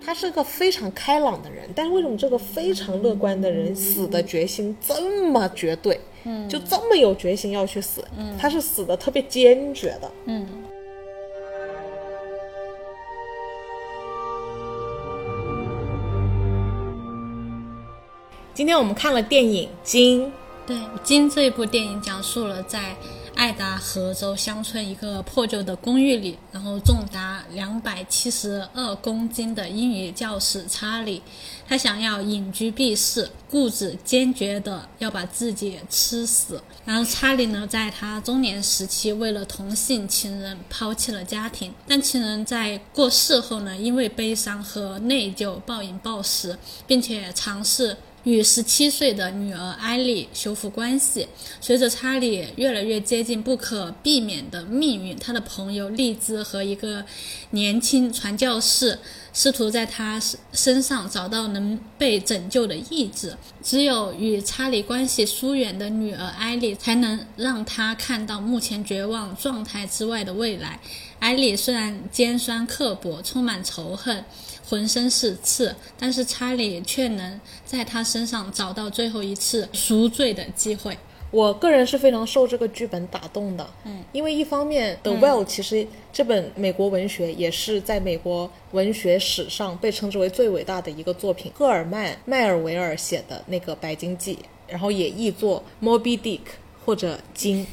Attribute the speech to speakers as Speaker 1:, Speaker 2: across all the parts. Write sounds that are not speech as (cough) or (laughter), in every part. Speaker 1: 他是个非常开朗的人，但是为什么这个非常乐观的人死的决心这么绝对？嗯，就这么有决心要去死，嗯，他是死的特别坚决的，
Speaker 2: 嗯。
Speaker 1: 今天我们看了电影《金》，
Speaker 2: 对，《金》这一部电影讲述了在爱达荷州乡村一个破旧的公寓里，然后重达两百七十二公斤的英语教师查理，他想要隐居避世，固执坚决的要把自己吃死。然后查理呢，在他中年时期，为了同性情人抛弃了家庭，但情人在过世后呢，因为悲伤和内疚暴饮暴食，并且尝试。与十七岁的女儿艾莉修复关系。随着查理越来越接近不可避免的命运，他的朋友利兹和一个年轻传教士试图在他身上找到能被拯救的意志。只有与查理关系疏远的女儿艾莉，才能让他看到目前绝望状态之外的未来。艾莉虽然尖酸刻薄，充满仇恨。浑身是刺，但是查理却能在他身上找到最后一次赎罪的机会。
Speaker 1: 我个人是非常受这个剧本打动的，嗯，因为一方面，《The Well》其实这本美国文学也是在美国文学史上被称之为最伟大的一个作品，赫尔曼·迈尔维尔写的那个《白鲸记》，然后也译作《Moby Dick》或者《鲸》。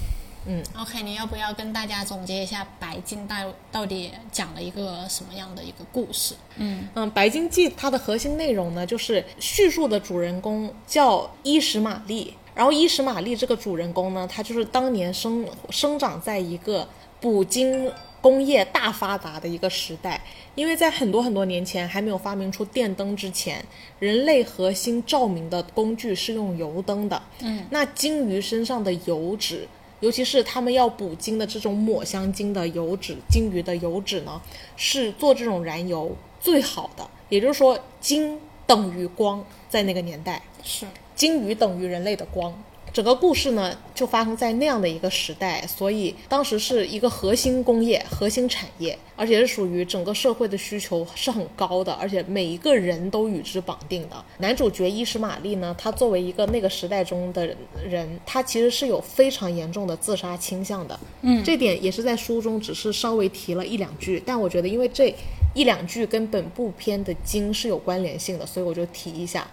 Speaker 1: 嗯
Speaker 2: ，OK，你要不要跟大家总结一下《白鲸》到到底讲了一个什么样的一个故事？
Speaker 1: 嗯嗯，《白鲸记》它的核心内容呢，就是叙述的主人公叫伊什玛丽，然后伊什玛丽这个主人公呢，他就是当年生生长在一个捕鲸工业大发达的一个时代，因为在很多很多年前还没有发明出电灯之前，人类核心照明的工具是用油灯的。
Speaker 2: 嗯，
Speaker 1: 那鲸鱼身上的油脂。尤其是他们要捕鲸的这种抹香鲸的油脂，鲸鱼的油脂呢，是做这种燃油最好的。也就是说，鲸等于光，在那个年代，
Speaker 2: 是
Speaker 1: 鲸鱼等于人类的光。整个故事呢，就发生在那样的一个时代，所以当时是一个核心工业、核心产业，而且是属于整个社会的需求是很高的，而且每一个人都与之绑定的。男主角伊什玛丽呢，他作为一个那个时代中的人，他其实是有非常严重的自杀倾向的。
Speaker 2: 嗯，
Speaker 1: 这点也是在书中只是稍微提了一两句，但我觉得因为这一两句跟本部片的经是有关联性的，所以我就提一下。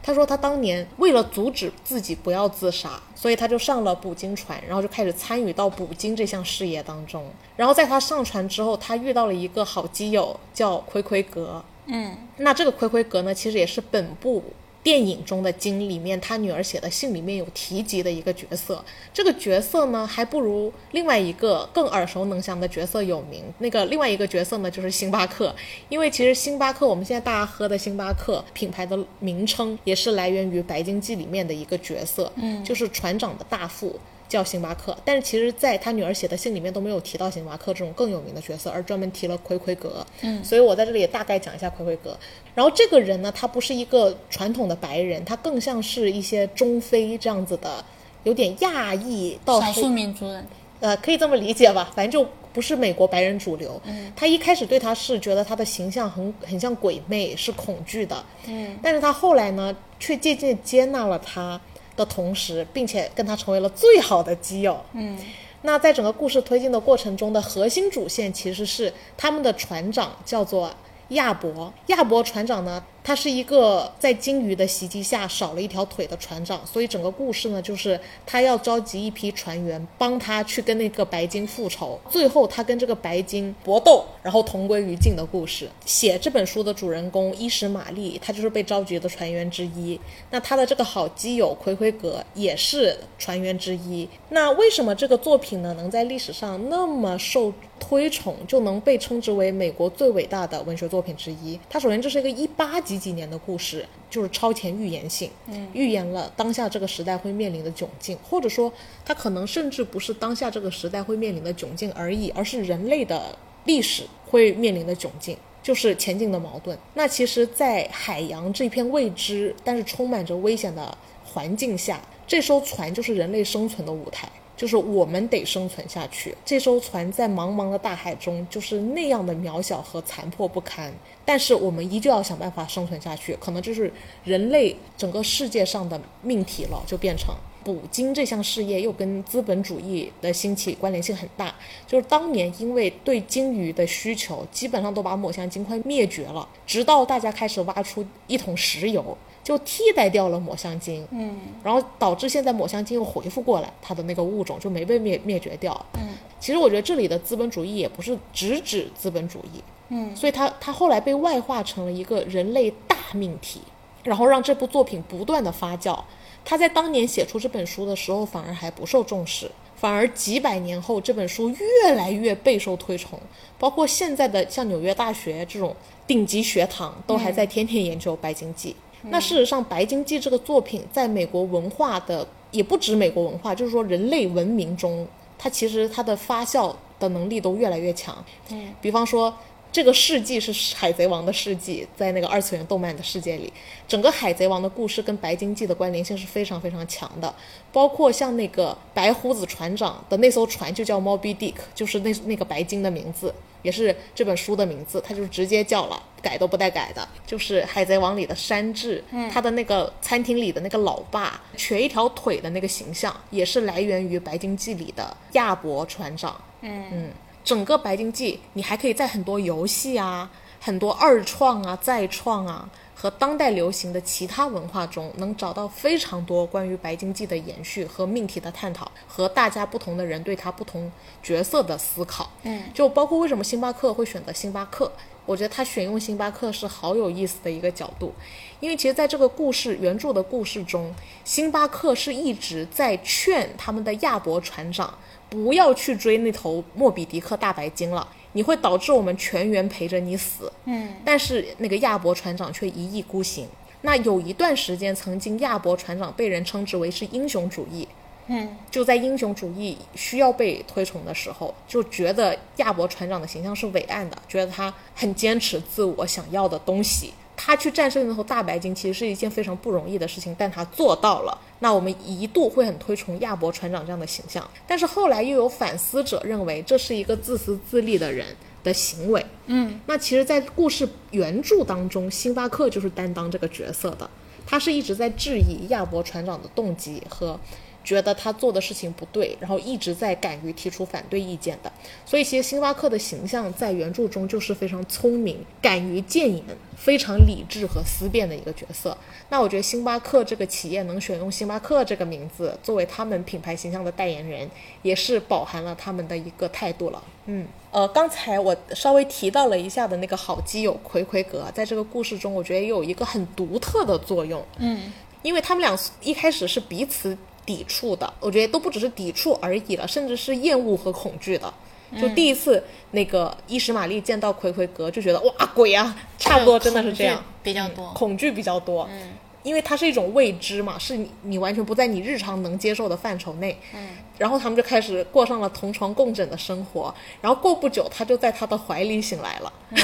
Speaker 1: 他说他当年为了阻止自己不要自杀，所以他就上了捕鲸船，然后就开始参与到捕鲸这项事业当中。然后在他上船之后，他遇到了一个好基友，叫奎奎格。
Speaker 2: 嗯，
Speaker 1: 那这个奎奎格呢，其实也是本部电影中的鲸里面他女儿写的信里面有提及的一个角色。这个角色呢，还不如另外一个更耳熟能详的角色有名。那个另外一个角色呢，就是星巴克，因为其实星巴克我们现在大家喝的星巴克品牌的名称也是来源于《白鲸记》里面的一个角色，
Speaker 2: 嗯，
Speaker 1: 就是船长的大副。叫星巴克，但是其实，在他女儿写的信里面都没有提到星巴克这种更有名的角色，而专门提了奎奎格。
Speaker 2: 嗯，
Speaker 1: 所以我在这里也大概讲一下奎奎格。然后这个人呢，他不是一个传统的白人，他更像是一些中非这样子的，有点亚裔到
Speaker 2: 少数民族人。
Speaker 1: 呃，可以这么理解吧，反正就不是美国白人主流。
Speaker 2: 嗯
Speaker 1: 他一开始对他是觉得他的形象很很像鬼魅，是恐惧的。
Speaker 2: 嗯
Speaker 1: 但是他后来呢，却渐渐接纳了他的同时，并且跟他成为了最好的基友。
Speaker 2: 嗯
Speaker 1: 那在整个故事推进的过程中的核心主线其实是他们的船长叫做亚伯，亚伯船长呢，他是一个在鲸鱼的袭击下少了一条腿的船长，所以整个故事呢，就是他要召集一批船员帮他去跟那个白鲸复仇，最后他跟这个白鲸搏斗，然后同归于尽的故事。写这本书的主人公伊什玛丽，她就是被召集的船员之一。那她的这个好基友奎奎格也是船员之一。那为什么这个作品呢能在历史上那么受推崇，就能被称之为美国最伟大的文学作品之一？它首先这是一个一八几几年的故事，就是超前预言性，
Speaker 2: 嗯
Speaker 1: 预言了当下这个时代会面临的窘境，或者说它可能甚至不是当下这个时代会面临的窘境而已，而是人类的历史会面临的窘境。就是前进的矛盾。那其实，在海洋这片未知但是充满着危险的环境下，这艘船就是人类生存的舞台。就是我们得生存下去。这艘船在茫茫的大海中就是那样的渺小和残破不堪，但是我们依旧要想办法生存下去。可能这是人类整个世界上的命题了，就变成。捕鲸这项事业又跟资本主义的兴起关联性很大，就是当年因为对鲸鱼的需求，基本上都把某项鲸快灭绝了，直到大家开始挖出一桶石油，就替代掉了某项鲸，嗯，然后导致现在某项鲸又回复过来，它的那个物种就没被灭灭绝掉，嗯，其实我觉得这里的资本主义也不是直指资本主义，嗯，所以它它后来被外化成了一个人类大命题，然后让这部作品不断的发酵。他在当年写出这本书的时候，反而还不受重视，反而几百年后这本书越来越备受推崇，包括现在的像纽约大学这种顶级学堂，都还在天天研究《白鲸记》嗯。那事实上，《白鲸记》这个作品在美国文化的，也不止美国文化，就是说人类文明中，它其实它的发酵的能力都越来越强。嗯，比方说。这个世纪是《海贼王》的世纪，在那个二次元动漫的世界里，整个《海贼王》的故事跟《白鲸记》的关联性是非常非常强的。包括像那个白胡子船长的那艘船就叫 Moby Dick，就是那那个白鲸的名字，也是这本书的名字，它就直接叫了，改都不带改的。就是《海贼王》里的山治，他的那个餐厅里的那个老爸瘸一条腿的那个形象，也是来源于《白鲸记》里的亚伯船长。嗯嗯。整个《白鲸记》，你还可以在很多游戏啊、很多二创啊、再创啊和当代流行的其他文化中，能找到非常多关于《白鲸记》的延续和命题的探讨，和大家不同的人对它不同角色的思考。嗯，就包括为什么星巴克会选择星巴克，我觉得他选用星巴克是好有意思的一个角度，因为其实在这个故事原著的故事中，星巴克是一直在劝他们的亚伯船长。不要去追那头莫比迪克大白鲸了，你会导致我们全员陪着你死。嗯，但是那个亚伯船长却一意孤行。那有一段时间，曾经亚伯船长被人称之为是英雄主义。嗯，就在英雄主义需要被推崇的时候，就觉得亚伯船长的形象是伟岸的，觉得他很坚持自我想要的东西。他去战胜那头大白鲸，其实是一件非常不容易的事情，但他做到了。那我们一度会很推崇亚伯船长这样的形象，但是后来又有反思者认为这是一个自私自利的人的行为。嗯，那其实，在故事原著当中，星巴克就是担当这个角色的，他是一直在质疑亚伯船长的动机和。觉得他做的事情不对，然后一直在敢于提出反对意见的，所以其实星巴克的形象在原著中就是非常聪明、敢于谏言、非常理智和思辨的一个角色。那我觉得星巴克这个企业能选用星巴克这个名字作为他们品牌形象的代言人，也是饱含了他们的一个态度了。嗯，呃，刚才我稍微提到了一下的那个好基友葵葵格，在这个故事中，我觉得也有一个很独特的作用。嗯，因为他们俩一开始是彼此。抵触的，我觉得都不只是抵触而已了，甚至是厌恶和恐惧的。就第一次、嗯、那个伊什玛丽见到葵葵格，就觉得哇鬼啊，差不多真的是这样，
Speaker 2: 比较多、嗯，
Speaker 1: 哎恐惧比较多。嗯，因为它是一种未知嘛，是你你完全不在你日常能接受的范畴内。嗯，然后他们就开始过上了同床共枕的生活，然后过不久他就在他的怀里醒来了。嗯、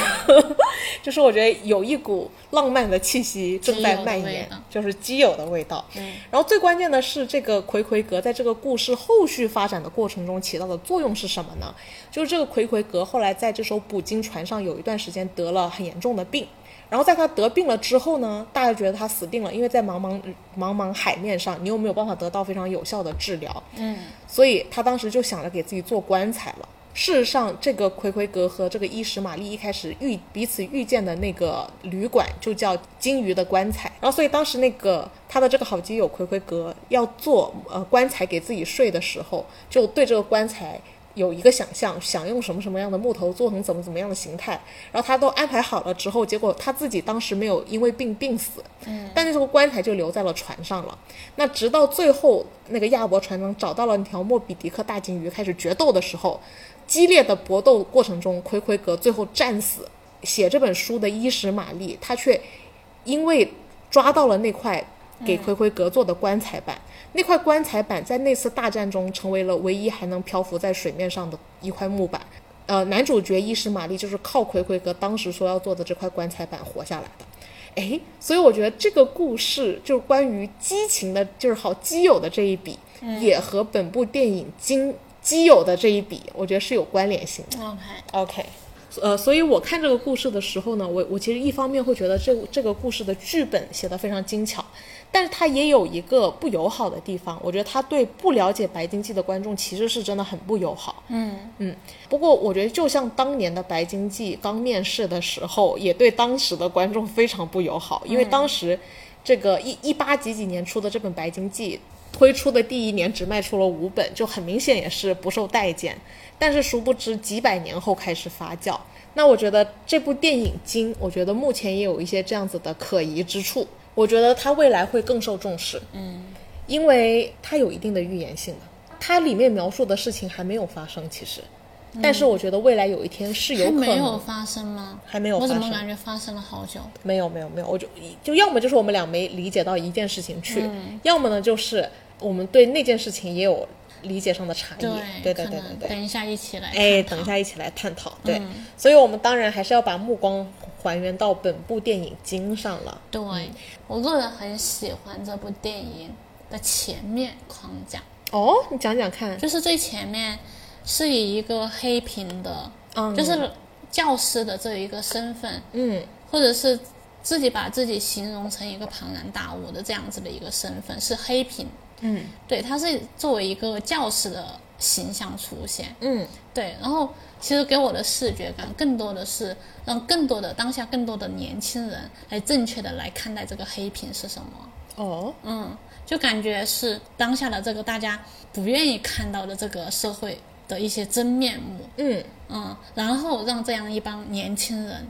Speaker 1: (laughs) 就是我觉得有一股浪漫的气息正在蔓延，就是基友的味道。嗯，然后最关键的是，这个葵葵格在这个故事后续发展的过程中起到的作用是什么呢？就是这个葵葵格后来在这艘捕鲸船上有一段时间得了很严重的病，然后在他得病了之后呢，大家觉得他死定了，因为在茫茫茫茫海面上，你又没有办法得到非常有效的治疗。嗯，所以他当时就想着给自己做棺材了。事实上，这个葵葵格和这个伊什玛丽一开始遇彼此遇见的那个旅馆就叫金鱼的棺材，然后所以当时那个他的这个好基友葵葵格要做呃棺材给自己睡的时候，就对这个棺材有一个想象，想用什么什么样的木头做成怎么怎么样的形态，然后他都安排好了之后，结果他自己当时没有因为病病死，嗯，但那时候棺材就留在了船上了。那直到最后那个亚伯船长找到了那条莫比迪克大金鱼开始决斗的时候。激烈的搏斗过程中，葵葵格最后战死。写这本书的伊什玛丽，她却因为抓到了那块给葵葵格做的棺材板，嗯、那块棺材板在那次大战中成为了唯一还能漂浮在水面上的一块木板。呃，男主角伊什玛丽就是靠葵葵格当时说要做的这块棺材板活下来的。诶，所以我觉得这个故事就是关于激情的，就是好基友的这一笔，也和本部电影经基友的这一笔，我觉得是有关联性的。
Speaker 2: OK，
Speaker 1: OK，呃，所以我看这个故事的时候呢，我我其实一方面会觉得这这个故事的剧本写得非常精巧，但是它也有一个不友好的地方，我觉得它对不了解白鲸记的观众其实是真的很不友好。
Speaker 2: 嗯，
Speaker 1: 嗯，不过我觉得就像当年的《白鲸记》刚面世的时候，也对当时的观众非常不友好，因为当时这个一一八几几年出的这本《白鲸记》。推出的第一年只卖出了五本，就很明显也是不受待见。但是殊不知几百年后开始发酵。那我觉得这部电影《经》，我觉得目前也有一些这样子的可疑之处。我觉得它未来会更受重视，嗯，因为它有一定的预言性的，它里面描述的事情还没有发生，其实，但是我觉得未来有一天是嗯有
Speaker 2: 还
Speaker 1: 可能
Speaker 2: 没有发生吗？
Speaker 1: 还没有
Speaker 2: 我怎
Speaker 1: 发
Speaker 2: 么
Speaker 1: 生
Speaker 2: 感觉发生了好久？
Speaker 1: 没有没有没有，我就就要么就是我们俩没理解到一件事情去，要么呢就是我们对那件事情也有理解上的差异。对对
Speaker 2: 可
Speaker 1: 对
Speaker 2: 能
Speaker 1: 对对。
Speaker 2: 等一下一起来。
Speaker 1: 哎，等一，下一起来探嗯讨。对，所以我们当然还是要把目光还原到本部电影《经》上了。
Speaker 2: 对我个人很喜欢这部电影的前面框架，
Speaker 1: 哦，你讲讲看。
Speaker 2: 就是最前面是以一个黑屏的，
Speaker 1: 嗯
Speaker 2: 就是教师的这一个身份，
Speaker 1: 嗯
Speaker 2: 或者是自己把自己形容成一个庞然大物的这样子的一个身份，是黑屏。
Speaker 1: 嗯
Speaker 2: 对，他是作为一个教师的形象出现。
Speaker 1: 嗯
Speaker 2: 对，然后其实给我的视觉感更多的是让更多的当下更多的年轻人来正确的来看待这个黑屏是什么。
Speaker 1: 哦
Speaker 2: 嗯，就感觉是当下的这个大家不愿意看到的这个社会的一些真面目。
Speaker 1: 嗯
Speaker 2: 嗯，然后让这样一帮年轻人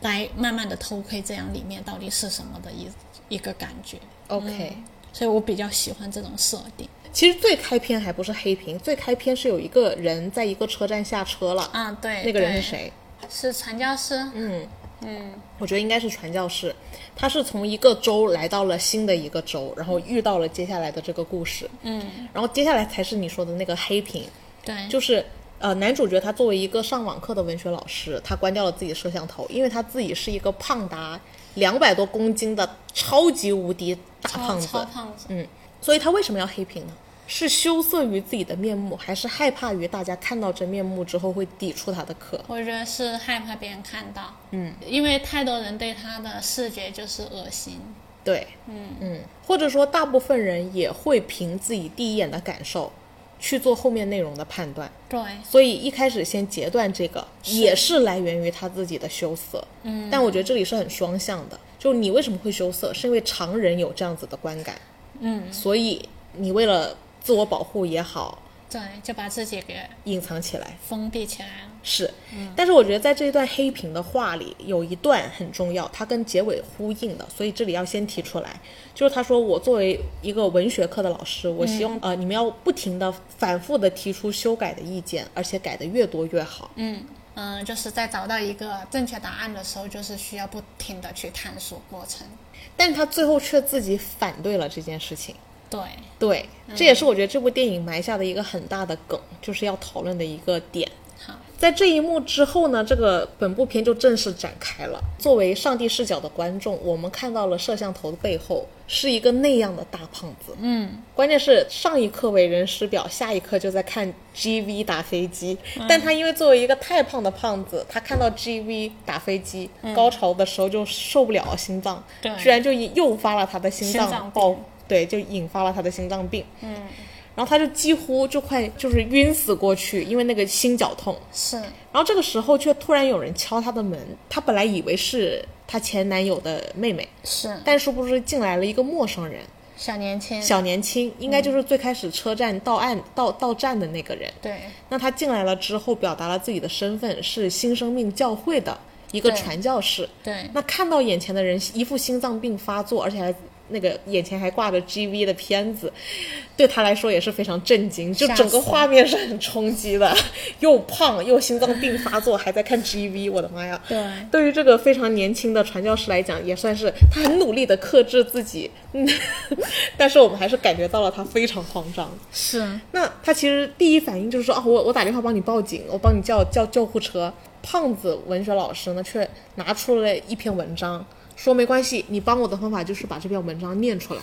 Speaker 2: 来慢慢的偷窥这样里面到底是什么的一一个感觉，
Speaker 1: ，OK。
Speaker 2: 所以我比较喜欢这种设定
Speaker 1: 其实最开篇还不是黑屏，最开篇是有一个人在一个车站下车了。
Speaker 2: 啊。对，
Speaker 1: 那个人
Speaker 2: 对
Speaker 1: 是？谁？
Speaker 2: 是传教士。
Speaker 1: 嗯，
Speaker 2: 嗯
Speaker 1: 我觉得应该是传教士，他是从一个州来到了新的一个州，然后遇到了接下来的这个故事，
Speaker 2: 嗯，
Speaker 1: 然后接下来才是你说的那个黑屏，
Speaker 2: 对，
Speaker 1: 就是呃，男主角他作为一个上网课的文学老师，他关掉了自己的摄像头，因为他自己是一个胖达两百多公斤的超级无敌大
Speaker 2: 超
Speaker 1: 胖子
Speaker 2: 超，胖子。
Speaker 1: 嗯，所以他为什么要黑屏呢？是羞涩于自己的面目，还是害怕于大家看到真面目之后会抵触他的课？
Speaker 2: 我觉得是害怕别人看到，嗯，因为太多人对他的视觉就是恶心，
Speaker 1: 对，
Speaker 2: 嗯
Speaker 1: 嗯，或者说大部分人也会凭自己第一眼的感受去做后面内容的判断，
Speaker 2: 对，
Speaker 1: 所以一开始先截断这个，也是来源于他自己的羞涩。嗯，但我觉得这里是很双向的，就你为什么会羞涩，是因为常人有这样子的观感，
Speaker 2: 嗯，
Speaker 1: 所以你为了自我保护也好，
Speaker 2: 对，就把自己给
Speaker 1: 隐藏起来。
Speaker 2: 封闭起来了。
Speaker 1: 是，但是我觉得在这一段黑屏的话里有一段很重要，它跟结尾呼应的，所以这里要先提出来。就是他说，我作为一个文学课的老师，我希望、呃你们要不停的、反复的提出修改的意见，而且改的越多越好。
Speaker 2: 嗯嗯，就是在找到一个正确答案的时候，就是需要不停的去探索过程。
Speaker 1: 但是他最后却自己反对了这件事情。
Speaker 2: 对，
Speaker 1: 对，这也是我觉得这部电影埋下的一个很大的梗，就是要讨论的一个点。
Speaker 2: 好，
Speaker 1: 在这一幕之后呢，这个本部片就正式展开了。作为上帝视角的观众，我们看到了摄像头的背后是一个那样的大胖子。
Speaker 2: 嗯，
Speaker 1: 关键是上一刻为人师表，下一刻就在看 GV 打飞机。
Speaker 2: 嗯
Speaker 1: 但他因为作为一个太胖的胖子，他看到 GV 打飞机、高潮的时候就受不了心脏
Speaker 2: 嗯对，
Speaker 1: 居然就引诱发了他的心
Speaker 2: 心脏
Speaker 1: 脏
Speaker 2: 病
Speaker 1: 爆，对，就引发了他的心脏病。嗯，然后他就几乎就快就是晕死过去，因为那个心绞痛。
Speaker 2: 是，
Speaker 1: 然后这个时候却突然有人敲她的门，她本来以为是她前男友的妹妹，
Speaker 2: 是
Speaker 1: 但殊不知进来了一个陌生人，
Speaker 2: 小年轻，
Speaker 1: 小年轻，应该就是最开始车站到岸到到站的那个人。
Speaker 2: 对
Speaker 1: 那他进来了之后，表达了自己的身份是新生命教会的一个
Speaker 2: 对
Speaker 1: 传教士。
Speaker 2: 对
Speaker 1: 那看到眼前的人一副心脏病发作，而且还那个眼前还挂着 GV 的片子，对他来说也是非常震惊，就
Speaker 2: 吓
Speaker 1: 整个
Speaker 2: 死
Speaker 1: 画面是很冲击的，又胖又心脏病发作，还在看
Speaker 2: (laughs)
Speaker 1: GV，我的妈呀！
Speaker 2: 对
Speaker 1: 对于这个非常年轻的传教士来讲，也算是他很努力的克制自己，嗯， (laughs) 但是我们还是感觉到了他非常慌张。
Speaker 2: 是，
Speaker 1: 那他其实第一反应就是说啊，我我打电话帮你报警，我帮你叫叫救护车。胖子文学老师呢，却拿出了一篇文章，说没关系，你帮我的方法就是把这篇文章念出来。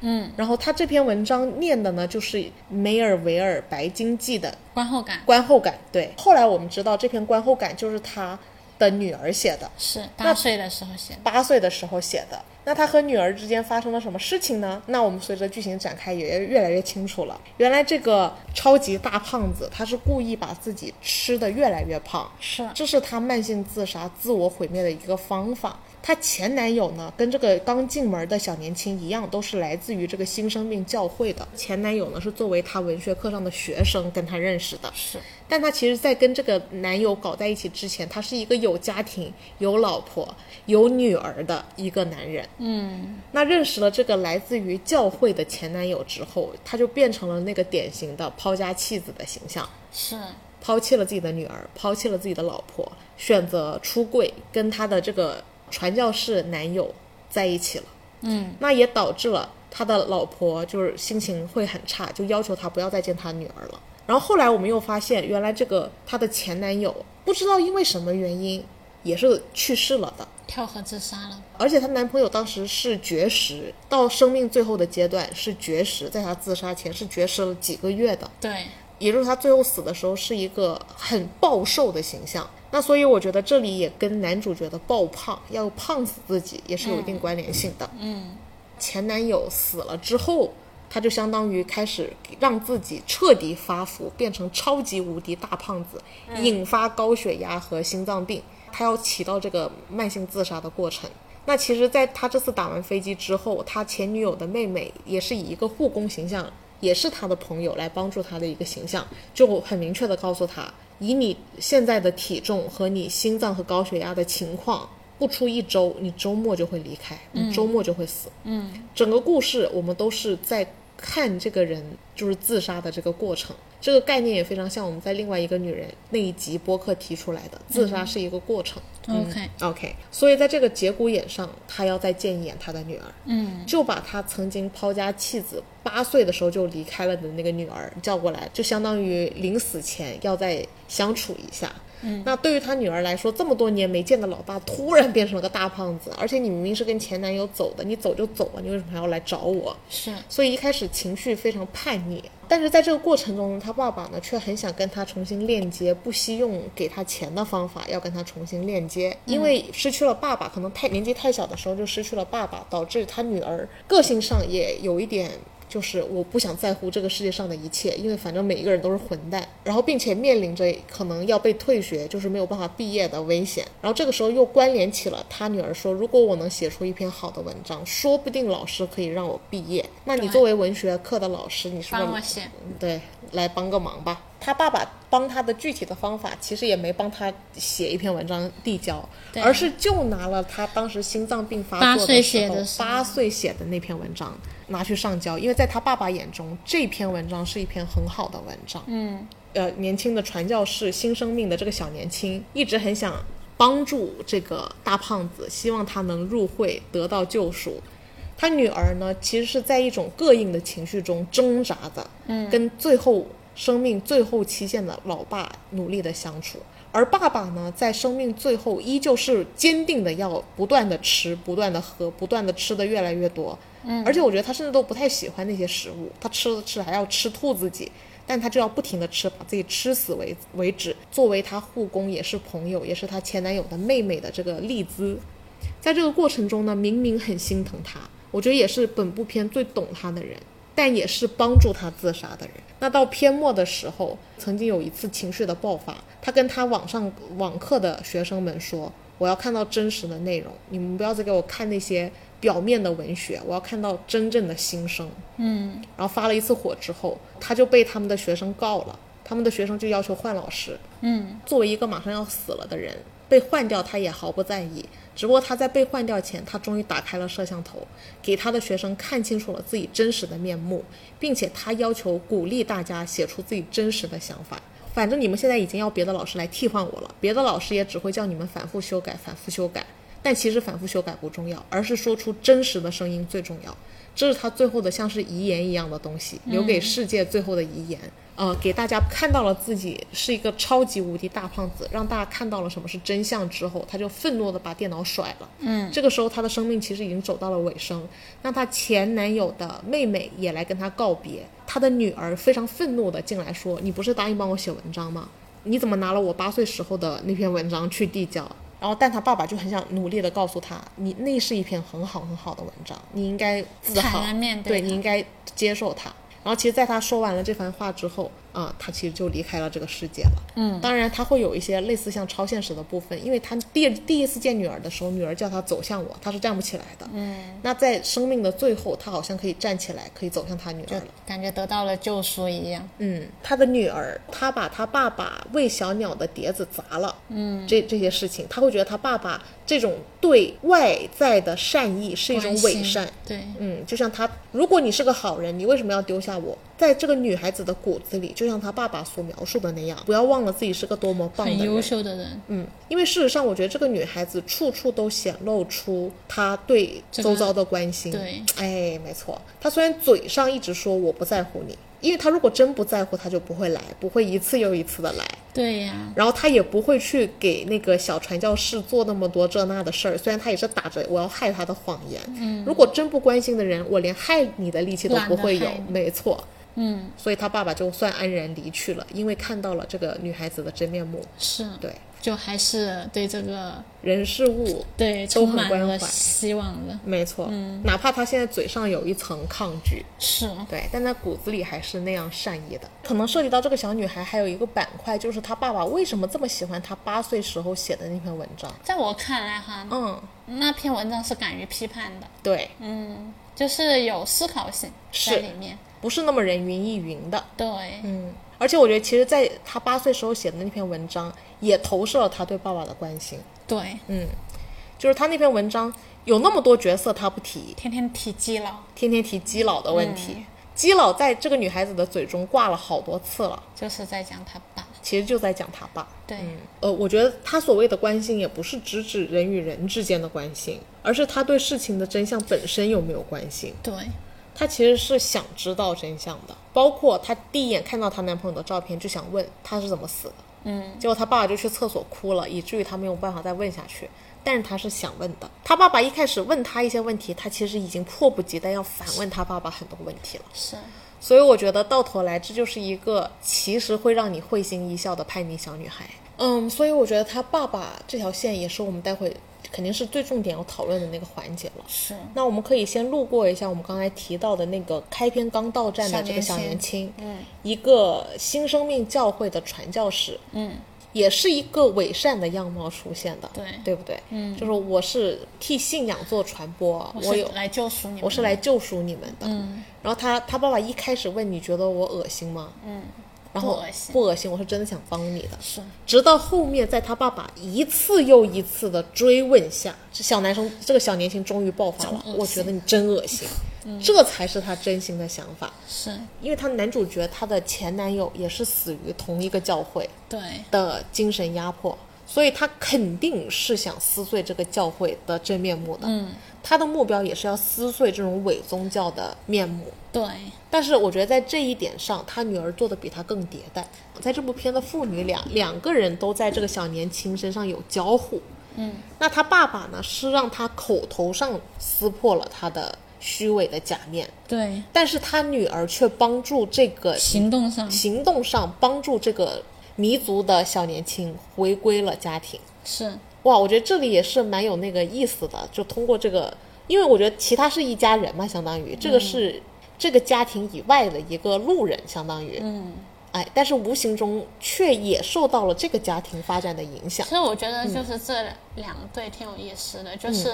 Speaker 2: 嗯，
Speaker 1: 然后他这篇文章念的呢，就是梅尔维尔白鲸记的
Speaker 2: 观后感
Speaker 1: 观后感。对，后来我们知道这篇观后感就是他的女儿写的，
Speaker 2: 是八岁的时候写的。
Speaker 1: 八岁的时候写的。那他和女儿之间发生了什么事情呢？那我们随着剧情展开也越来越清楚了。原来这个超级大胖子，他是故意把自己吃的越来越胖，
Speaker 2: 是
Speaker 1: 这是他慢性自杀、自我毁灭的一个方法。她前男友呢，跟这个刚进门的小年轻一样，都是来自于这个新生命教会的。前男友呢是作为她文学课上的学生跟她认识的，
Speaker 2: 是
Speaker 1: 但她其实，在跟这个男友搞在一起之前，她是一个有家庭、有老婆、有女儿的一个男人。
Speaker 2: 嗯，
Speaker 1: 那认识了这个来自于教会的前男友之后，她就变成了那个典型的抛家弃子的形象，
Speaker 2: 是
Speaker 1: 抛弃了自己的女儿，抛弃了自己的老婆，选择出柜，跟她的这个传教士男友在一起了。
Speaker 2: 嗯，
Speaker 1: 那也导致了他的老婆就是心情会很差，就要求他不要再见他女儿了。然后后来我们又发现，原来这个她的前男友不知道因为什么原因也是去世了的。
Speaker 2: 跳河自杀了。
Speaker 1: 而且她男朋友当时是绝食，到生命最后的阶段是绝食，在她自杀前是绝食了几个月的，
Speaker 2: 对，
Speaker 1: 也就是她最后死的时候是一个很暴瘦的形象。那所以我觉得这里也跟男主角的暴胖要胖死自己也是有一定关联性的。
Speaker 2: 嗯，
Speaker 1: 前男友死了之后，她就相当于开始让自己彻底发福，变成超级无敌大胖子，引发高血压和心脏病。她要起到这个慢性自杀的过程。那其实，在她这次打完飞机之后，她前女友的妹妹也是以一个护工形象，也是她的朋友来帮助她的一个形象，就很明确的告诉她，以你现在的体重和你心脏和高血压的情况，不出一周，你周末就会离开，你周末就会死。整个故事我们都是在看这个人就是自杀的这个过程。这个概念也非常像我们在另外一个女人那一集播客提出来的，自杀是一个过程。
Speaker 2: OK，
Speaker 1: OK，所以在这个节骨眼上，他要再见一眼他的女儿，
Speaker 2: 嗯，
Speaker 1: 就把他曾经抛家弃子，八岁的时候就离开了的那个女儿叫过来，就相当于临死前要再相处一下。嗯，那对于他女儿来说，这么多年没见的老爸突然变成了个大胖子，而且你明明是跟前男友走的，你走就走啊，你为什么还要来找我？
Speaker 2: 是
Speaker 1: 所以一开始情绪非常叛逆，但是在这个过程中呢，他爸爸呢却很想跟他重新链接，不惜用给他钱的方法要跟他重新链接，因为失去了爸爸，可能太年纪太小的时候就失去了爸爸，导致他女儿个性上也有一点。就是我不想在乎这个世界上的一切，因为反正每一个人都是混蛋，然后并且面临着可能要被退学，就是没有办法毕业的危险。然后这个时候又关联起了他女儿说，如果我能写出一篇好的文章，说不定老师可以让我毕业。那你
Speaker 2: 对
Speaker 1: 作为文学课的老师，你是不是
Speaker 2: 帮我写。
Speaker 1: 对，来帮个忙吧。他爸爸帮他的具体的方法，其实也没帮他写一篇文章递交，
Speaker 2: 对
Speaker 1: 而是就拿了他当时心脏病发
Speaker 2: 八
Speaker 1: 作
Speaker 2: 岁
Speaker 1: 的
Speaker 2: 写
Speaker 1: 时
Speaker 2: 的
Speaker 1: 候
Speaker 2: 是
Speaker 1: 八岁写的那篇文章拿去上交，因为在他爸爸眼中，这篇文章是一篇很好的文章。
Speaker 2: 嗯，
Speaker 1: 呃，年轻的传教士新生命的这个小年轻，一直很想帮助这个大胖子，希望他能入会得到救赎。他女儿呢，其实是在一种膈应的情绪中挣扎的，嗯，跟最后生命最后期限的老爸努力的相处。而爸爸呢，在生命最后依旧是坚定的要不断的吃，不断的喝，不断的吃的越来越多。嗯，而且我觉得他甚至都不太喜欢那些食物，他吃着吃着还要吃吐自己，但他就要不停的吃，把自己吃死为为止。作为他护工，也是朋友，也是他前男友的妹妹的这个丽兹，在这个过程中呢，明明很心疼他，我觉得也是本部片最懂他的人，但也是帮助他自杀的人。那到篇末的时候，曾经有一次情绪的爆发，他跟他网上网课的学生们说：“我要看到真实的内容，你们不要再给我看那些表面的文学，我要看到真正的心声。”
Speaker 2: 嗯，
Speaker 1: 然后发了一次火之后，他就被他们的学生告了，他们的学生就要求换老师。
Speaker 2: 嗯，
Speaker 1: 作为一个马上要死了的人，被换掉他也毫不在意。只不过他在被换掉前，他终于打开了摄像头，给他的学生看清楚了自己真实的面目，并且他要求鼓励大家写出自己真实的想法。反正你们现在已经要别的老师来替换我了，别的老师也只会叫你们反复修改、反复修改。但其实反复修改不重要，而是说出真实的声音最重要。这是他最后的像是遗言一样的东西，留给世界最后的遗言。呃，给大家看到了自己是一个超级无敌大胖子，让大家看到了什么是真相之后，他就愤怒的把电脑甩了。嗯，这个时候他的生命其实已经走到了尾声。那她前男友的妹妹也来跟她告别，她的女儿非常愤怒的进来说：“你不是答应帮我写文章吗？你怎么拿了我八岁时候的那篇文章去递交？”然后，但他爸爸就很想努力的告诉他，你那是一篇很好很好的文章，你应该自豪，
Speaker 2: 坦然面对
Speaker 1: 对
Speaker 2: 它
Speaker 1: 你应该接受它。然后，其实，在他说完了这番话之后，啊、他其实就离开了这个世界了。嗯，当然，他会有一些类似像超现实的部分，因为他第第一次见女儿的时候，女儿叫他走向我，他是站不起来的。嗯，那在生命的最后，他好像可以站起来，可以走向他女儿了。
Speaker 2: 感觉得到了救赎一样。
Speaker 1: 嗯，他的女儿，他把他爸爸喂小鸟的碟子砸了，嗯，这这些事情，他会觉得他爸爸这种对外在的善意是一种
Speaker 2: 关
Speaker 1: 伪
Speaker 2: 心
Speaker 1: 善，
Speaker 2: 对，
Speaker 1: 嗯，就像他，如果你是个好人，你为什么要丢下我？在这个女孩子的骨子里，就像她爸爸所描述的那样，不要忘了自己是个多么棒
Speaker 2: 很
Speaker 1: 的
Speaker 2: 优
Speaker 1: 人。
Speaker 2: 秀的人，
Speaker 1: 嗯，因为事实上，我觉得这个女孩子处处都显露出她对
Speaker 2: 这个
Speaker 1: 周遭的关心。
Speaker 2: 对，
Speaker 1: 哎，没错，她虽然嘴上一直说我不在乎你，因为她如果真不在乎，她就不会来，不会一次又一次的来。
Speaker 2: 对呀、
Speaker 1: 然后他也不会去给那个小传教士做那么多这那的事儿，虽然他也是打着我要害他的谎言。嗯，如果真不关心的人，我连害你的力气都不会有
Speaker 2: 懒得害，你
Speaker 1: 没错。
Speaker 2: 嗯，
Speaker 1: 所以他爸爸就算安然离去了，因为看到了这个女孩子的真面目。
Speaker 2: 是，
Speaker 1: 对，
Speaker 2: 就还是对这个
Speaker 1: 人事物，
Speaker 2: 对
Speaker 1: 都
Speaker 2: 充
Speaker 1: 很
Speaker 2: 满
Speaker 1: 关
Speaker 2: 了
Speaker 1: 怀
Speaker 2: 希望的，
Speaker 1: 没错。嗯，哪怕他现在嘴上有一层抗拒，
Speaker 2: 是，
Speaker 1: 对，但他骨子里还是那样善意的。可能涉及到这个小女孩，还有一个板块，就是她爸爸为什么这么喜欢她八岁时候写的那篇文章。
Speaker 2: 在我看来哈，
Speaker 1: 嗯，
Speaker 2: 那篇文章是敢于批判的，
Speaker 1: 对，
Speaker 2: 嗯，就是有思考性在
Speaker 1: 是
Speaker 2: 里面，
Speaker 1: 不是那么人云亦云的。
Speaker 2: 对，
Speaker 1: 嗯，而且我觉得，其实在他八岁时候写的那篇文章，也投射了他对爸爸的关心。
Speaker 2: 对，
Speaker 1: 嗯，就是他那篇文章有那么多角色他不提，
Speaker 2: 天天提基佬，
Speaker 1: 天天提基佬的问题。基佬在这个女孩子的嘴中挂了好多次了，
Speaker 2: 就是在讲他爸，
Speaker 1: 其实就在讲他爸。
Speaker 2: 对，
Speaker 1: 嗯，呃，我觉得他所谓的关心，也不是直指人与人之间的关心，而是他对事情的真相本身有没有关心。
Speaker 2: 对，
Speaker 1: 她其实是想知道真相的，包括她第一眼看到她男朋友的照片就想问他是怎么死的，
Speaker 2: 嗯，
Speaker 1: 结果她爸爸就去厕所哭了，以至于她没有办法再问下去。但是她是想问的，她爸爸一开始问她一些问题，她其实已经迫不及待要反问她爸爸很多问题了。
Speaker 2: 是，
Speaker 1: 所以我觉得到头来，这就是一个其实会让你会心一笑的叛逆小女孩。嗯，所以我觉得她爸爸这条线也是我们待会肯定是最重点要讨论的那个环节了。
Speaker 2: 是，
Speaker 1: 那我们可以先路过一下我们刚才提到的那个开篇刚到站的这个
Speaker 2: 小
Speaker 1: 小
Speaker 2: 年
Speaker 1: 年轻，
Speaker 2: 嗯
Speaker 1: 一个新生命教会的传教士，
Speaker 2: 嗯，
Speaker 1: 也是一个伪善的样貌出现的，
Speaker 2: 对
Speaker 1: 对不对？嗯，就是我是替信仰做传播，
Speaker 2: 我
Speaker 1: 我
Speaker 2: 是
Speaker 1: 有
Speaker 2: 来救赎你们，
Speaker 1: 我是来，救赎你们的。嗯，然后他他爸爸一开始问你觉得我恶心吗？
Speaker 2: 嗯，
Speaker 1: 然后
Speaker 2: 不恶心
Speaker 1: 不恶心，我是真的想帮你的。
Speaker 2: 是，
Speaker 1: 直到后面，在他爸爸一次又一次的追问下，这小男生这个小年轻终于爆发了
Speaker 2: 真恶。心嗯
Speaker 1: 我觉得你真恶心，这才是他真心的想法。
Speaker 2: 是，
Speaker 1: 因为他男主角他的前男友也是死于同一个教会
Speaker 2: 对，
Speaker 1: 的精神压迫，所以他肯定是想撕碎这个教会的真面目的。
Speaker 2: 嗯，
Speaker 1: 他的目标也是要撕碎这种伪宗教的面目。
Speaker 2: 对，
Speaker 1: 但是我觉得在这一点上，他女儿做的比他更迭代。在这部片的父女俩两个人都在这个小年轻身上有交互。
Speaker 2: 嗯，
Speaker 1: 那他爸爸呢，是让他口头上撕破了他的虚伪的假面，
Speaker 2: 对，
Speaker 1: 但是他女儿却帮助这个
Speaker 2: 行动上
Speaker 1: 行动上帮助这个迷族的小年轻回归了家庭。
Speaker 2: 是，
Speaker 1: 哇，我觉得这里也是蛮有那个意思的，就通过这个，因为我觉得其他是一家人嘛，相当于这个是、这个家庭以外的一个路人，相当于，
Speaker 2: 嗯。
Speaker 1: 哎，但是无形中却也受到了这个家庭发展的影响
Speaker 2: 其。实我觉得
Speaker 1: 嗯
Speaker 2: 就是这两对挺有意思的，就是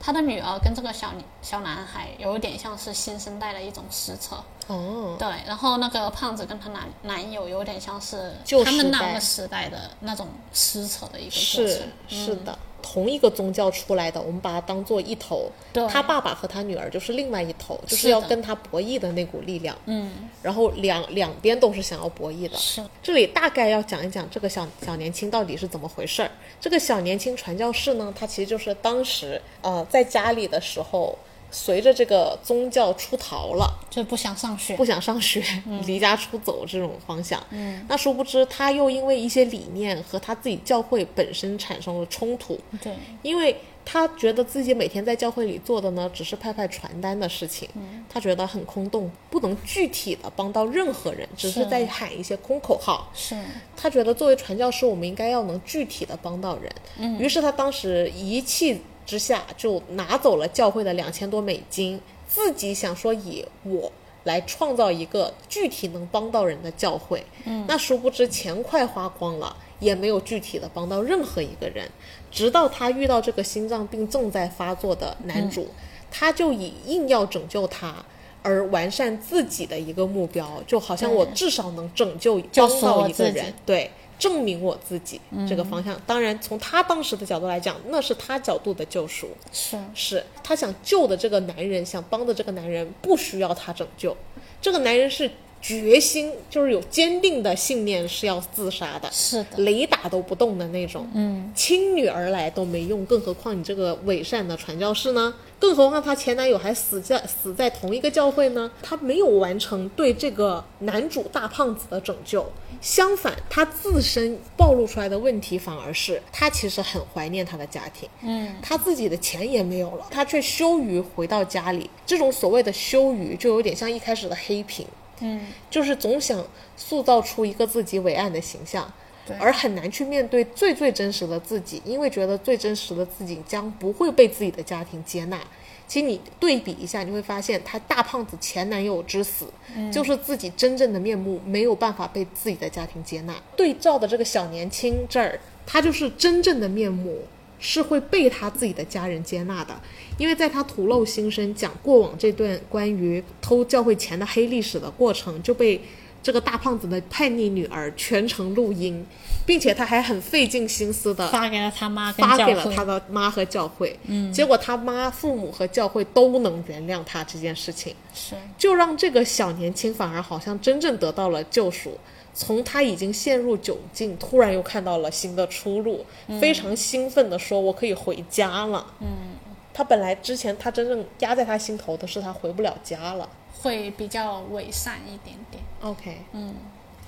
Speaker 2: 他的女儿跟这个小女小男孩有点像是新生代的一种实测，
Speaker 1: 哦，
Speaker 2: 对。然后那个胖子跟她男男友有点像是
Speaker 1: 旧
Speaker 2: 他
Speaker 1: 时
Speaker 2: 们那
Speaker 1: 代
Speaker 2: 个时代的那种实测的一个过
Speaker 1: 是
Speaker 2: 程，
Speaker 1: 是
Speaker 2: 嗯
Speaker 1: 的。同一个宗教出来的，我们把它当做一头
Speaker 2: 对，
Speaker 1: 他爸爸和他女儿就是另外一头，就是是要
Speaker 2: 的
Speaker 1: 跟他博弈的那股力量。
Speaker 2: 嗯，
Speaker 1: 然后两两边都是想要博弈的。
Speaker 2: 是
Speaker 1: 这里大概要讲一讲这个小小年轻到底是怎么回事儿。这个小年轻传教士呢，他其实就是当时呃在家里的时候随着这个宗教出逃了。
Speaker 2: 就不想上学
Speaker 1: 不。想上学， (laughs) 离家出走这种方向。嗯，那殊不知他又因为一些理念和他自己教会本身产生了冲突，
Speaker 2: 对，
Speaker 1: 因为他觉得自己每天在教会里做的呢，只是派派传单的事情，他觉得很空洞，不能具体的帮到任何人，只是
Speaker 2: 是
Speaker 1: 在喊一些空口号。
Speaker 2: 是
Speaker 1: 他觉得作为传教士，我们应该要能具体的帮到人。嗯，于是他当时一气之下就拿走了教会的两千多美金，自己想说以我来创造一个具体能帮到人的教会。嗯，那殊不知钱快花光了，也没有具体的帮到任何一个人。直到他遇到这个心脏病正在发作的男主，他就以硬要拯救他。而完善自己的一个目标，就好像我至少能拯救
Speaker 2: 救
Speaker 1: 帮
Speaker 2: 赎
Speaker 1: 到
Speaker 2: 我
Speaker 1: 一个
Speaker 2: 自己
Speaker 1: 人，对，证明我自己这个方向。当然，从他当时的角度来讲，那是他角度的救赎，
Speaker 2: 是，
Speaker 1: 是他想救的这个男人，想帮的这个男人不需要他拯救，这个男人是决心，就是有坚定的信念是要自杀的。
Speaker 2: 是的，
Speaker 1: 雷打都不动的那种，嗯，侵女而来都没用，更何况你这个伪善的传教士呢？更何况她前男友还死在死在同一个教会呢？她没有完成对这个男主大胖子的拯救，相反，她自身暴露出来的问题反而是她其实很怀念她的家庭，
Speaker 2: 嗯，
Speaker 1: 她自己的钱也没有了，她却羞于回到家里。这种所谓的羞于，就有点像一开始的黑屏，
Speaker 2: 嗯，
Speaker 1: 就是总想塑造出一个自己伟岸的形象
Speaker 2: 对，
Speaker 1: 而很难去面对最最真实的自己，因为觉得最真实的自己将不会被自己的家庭接纳。其实你对比一下，你会发现她大胖子前男友之死，
Speaker 2: 嗯
Speaker 1: 就是自己真正的面目没有办法被自己的家庭接纳。对照的这个小年轻这儿，她就是真正的面目，是会被他自己的家人接纳的，因为在他吐露心声、讲过往这段关于偷教会钱的黑历史的过程，就被这个大胖子的叛逆女儿全程录音，并且他还很费尽心思的
Speaker 2: 发给了他妈跟
Speaker 1: 发
Speaker 2: 教
Speaker 1: 给了
Speaker 2: 会
Speaker 1: 他，的妈和教会，嗯，结果他妈、父母和教会都能原谅他这件事情，
Speaker 2: 是
Speaker 1: 就让这个小年轻反而好像真正得到了救赎。从他已经陷入窘境，突然又看到了新的出路，非常兴奋地说：“我可以回家了。”嗯，他本来之前他真正压在他心头的是他回不了家了。
Speaker 2: 会比较伪善一点点。
Speaker 1: OK，嗯，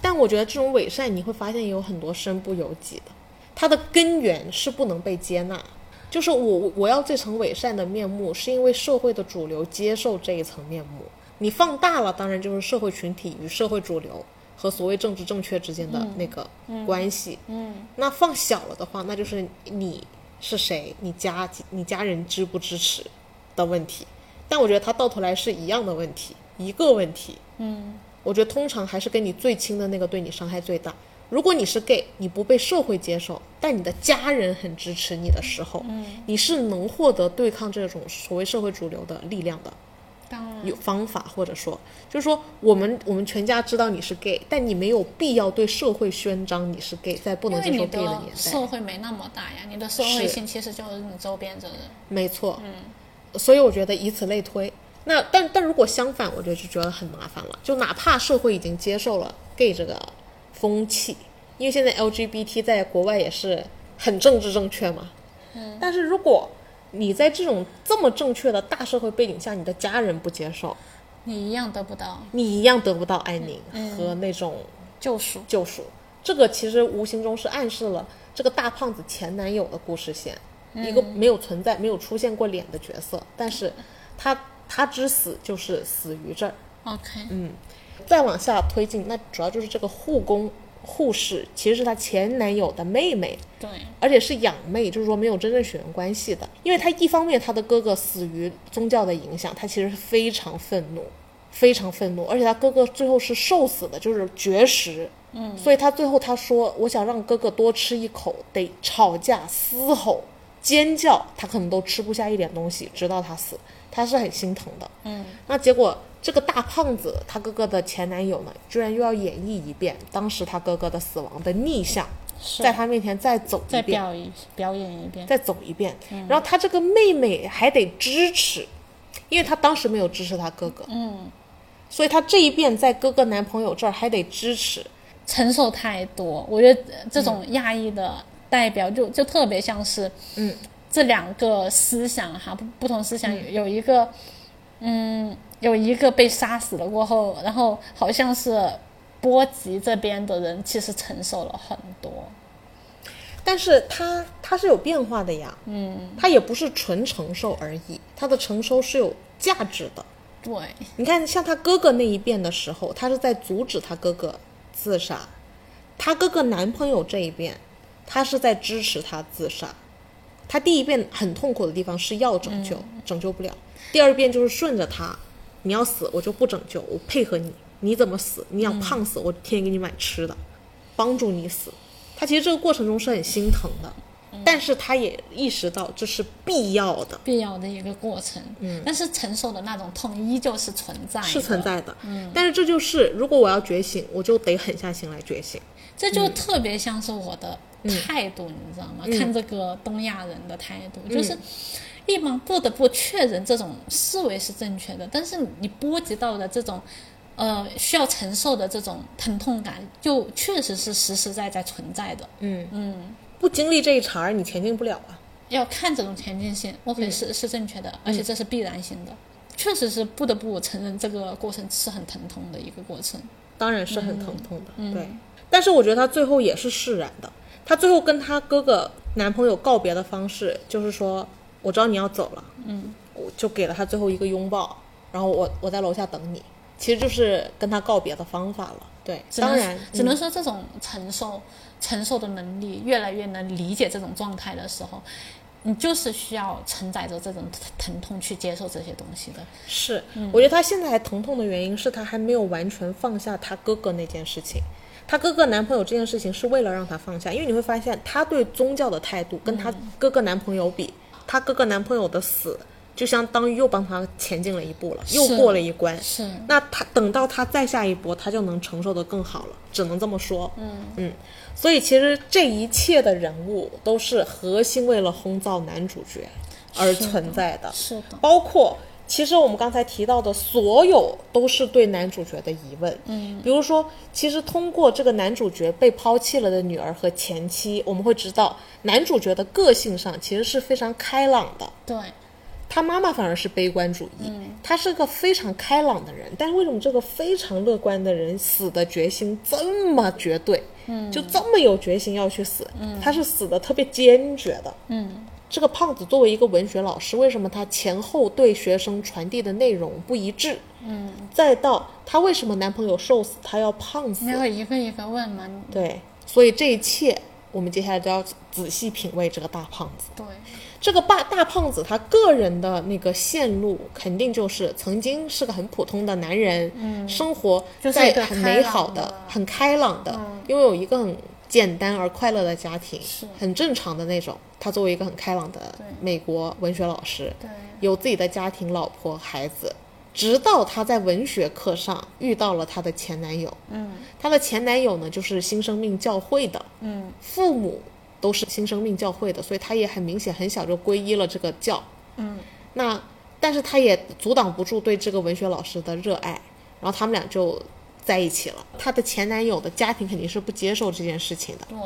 Speaker 1: 但我觉得这种伪善，你会发现也有很多身不由己的，它的根源是不能被接纳。就是我我要这层伪善的面目，是因为社会的主流接受这一层面目。你放大了，当然就是社会群体与社会主流和所谓政治正确之间的那个关系。
Speaker 2: 嗯，
Speaker 1: 那放小了的话，那就是你是谁，你家你家人支不支持的问题。但我觉得它到头来是一样的问题，一个问题。嗯，我觉得通常还是跟你最亲的那个对你伤害最大。如果你是 gay，你不被社会接受，但你的家人很支持你的时候，嗯，你是能获得对抗这种所谓社会主流的力量的。
Speaker 2: 当然，
Speaker 1: 有方法，或者说，就是说，我们我们全家知道你是 gay，但你没有必要对社会宣张你是 gay，在不
Speaker 2: 因
Speaker 1: 能
Speaker 2: 为
Speaker 1: 接受
Speaker 2: 你
Speaker 1: gay 的
Speaker 2: 的
Speaker 1: 年代，
Speaker 2: 社会没那么大呀，你的社会
Speaker 1: 是
Speaker 2: 性其实就是你周边的人。
Speaker 1: 没错。嗯，所以我觉得以此类推。那但但如果相反，我觉得就觉得很麻烦了。就哪怕社会已经接受了 gay 这个风气，因为现在 LGBT 在国外也是很政治正确嘛。嗯，但是如果你在这种这么正确的大社会背景下，你的家人不接受，
Speaker 2: 你一样得不到
Speaker 1: 你一样得不到安宁和那种
Speaker 2: 救赎，
Speaker 1: 救赎。这个其实无形中是暗示了这个大胖子前男友的故事线，一个没有存在、没有出现过脸的角色，但是他他之死就是死于这儿。
Speaker 2: OK，
Speaker 1: 嗯，再往下推进，那主要就是这个护工护士其实是她前男友的妹妹，
Speaker 2: 对，
Speaker 1: 而且是养妹，就是说没有真正血缘关系的。因为他一方面他的哥哥死于宗教的影响，他其实非常愤怒，非常愤怒，而且他哥哥最后是受死的，就是绝食。嗯，所以他最后他说，我想让哥哥多吃一口，得吵架、嘶吼、尖叫，他可能都吃不下一点东西，直到他死，他是很心疼的。
Speaker 2: 嗯，
Speaker 1: 那结果这个大胖子他哥哥的前男友呢，居然又要演绎一遍当时他哥哥的死亡的逆向，
Speaker 2: 是
Speaker 1: 在他面前再走一
Speaker 2: 再
Speaker 1: 遍。
Speaker 2: 表嗯一表演一遍。
Speaker 1: 再走一遍。然后他这个妹妹还得支持，因为她当时没有支持她哥哥，
Speaker 2: 嗯，
Speaker 1: 所以她这一遍在哥哥男朋友这儿还得支持。
Speaker 2: 承受太多，我觉得呃这种压抑的代表就就特别像是，
Speaker 1: 嗯，
Speaker 2: 这两个思想哈，不不同思想有有一个，嗯，有一个被杀死了过后，然后好像是波及这边的人其实承受了很多，
Speaker 1: 但是它它是有变化的呀，嗯，它也不是纯承受而已，它的承受是有价值的。
Speaker 2: 对，
Speaker 1: 你看，像他哥哥那一遍的时候，他是在阻止他哥哥自杀；他哥哥男朋友这一遍，他是在支持他自杀。他第一遍很痛苦的地方是要拯救，拯救不了；第二遍就是顺着他，你要死我就不拯救，我配合你，你怎么死？你想胖死，我天天给你买吃的，帮助你死。他其实这个过程中是很心疼的，但是他也意识到这是必要的。
Speaker 2: 必要的一个过程。嗯，但是承受的那种痛依旧是存在，
Speaker 1: 是存。在的。但是这就是，如果我要觉醒，我就得狠下心来觉醒。
Speaker 2: 这就特别像是我的态度，你知道吗？看这个东亚人的态度，就是一方不得不确认这种思维是正确的，但是你波及到的这种。呃，需要承受的这种疼痛感，就确实是实实在在存在的。
Speaker 1: 不经历这一茬儿，你前进不了啊。
Speaker 2: 要看这种前进性，OK 是是正确的，而且这是必然性的，确实是不得不承认这个过程是很疼痛的一个过程。
Speaker 1: 当然是很疼痛的，对。但是我觉得她最后也是释然的。她最后跟她哥哥男朋友告别的方式，就是说，我知道你要走了，嗯，我就给了她最后一个拥抱，然后我我在楼下等你，其实就是跟他告别的方法了。对，
Speaker 2: 只能
Speaker 1: 当然，嗯
Speaker 2: 只能说这种承受、承受的能力越来越能理解这种状态的时候，你就是需要承载着这种疼疼痛去接受这些东西的。
Speaker 1: 是，我觉得他现在还疼痛的原因是他还没有完全放下他哥哥那件事情。他哥哥男朋友这件事情是为了让他放下，因为你会发现他对宗教的态度跟他哥哥男朋友比，他哥哥男朋友的死就相当于又帮他前进了一步了，又
Speaker 2: 是
Speaker 1: 过了一关。
Speaker 2: 是，
Speaker 1: 那他等到他再下一波，他就能承受的更好了，只能这么说。嗯嗯，所以其实这一切的人物都是核心为了轰炸男主角而存在的，
Speaker 2: 是的
Speaker 1: 包括其实我们刚才提到的所有都是对男主角的疑问。嗯，比如说，其实通过这个男主角被抛弃了的女儿和前妻，我们会知道男主角的个性上其实是非常开朗的，
Speaker 2: 对，
Speaker 1: 他妈妈反而是悲观主义，他是个非常开朗的人，但是为什么这个非常乐观的人死的决心这么绝对？嗯，就这么有决心要去死，嗯，他是死的特别坚决的，
Speaker 2: 嗯，
Speaker 1: 这个胖子作为一个文学老师，为什么他前后对学生传递的内容不一致？嗯，再到他为什么男朋友瘦死，他要胖死
Speaker 2: 你，要一个一个问嘛。你
Speaker 1: 对，所以这一切我们接下来都要仔细品味这个大胖子。
Speaker 2: 对，
Speaker 1: 这个大大胖子他个人的那个线路，肯定就是曾经是个很普通的男人，嗯，生活
Speaker 2: 就是
Speaker 1: 在
Speaker 2: 一个
Speaker 1: 很
Speaker 2: 开
Speaker 1: 美
Speaker 2: 朗
Speaker 1: 好
Speaker 2: 的嗯
Speaker 1: 很开朗的，拥有一个很简单而快乐的家庭
Speaker 2: 是，
Speaker 1: 很正常的那种。他作为一个很开朗的美国文学老师，
Speaker 2: 对
Speaker 1: 有自己的家庭、老婆、孩子。直到她在文学课上遇到了她的前男友，嗯，她的前男友呢就是新生命教会的，
Speaker 2: 嗯，
Speaker 1: 父母都是新生命教会的，所以她也很明显很小就皈依了这个教，
Speaker 2: 嗯，
Speaker 1: 那但是她也阻挡不住对这个文学老师的热爱，然后他们俩就在一起了。她的前男友的家庭肯定是不接受这件事情的，
Speaker 2: 对，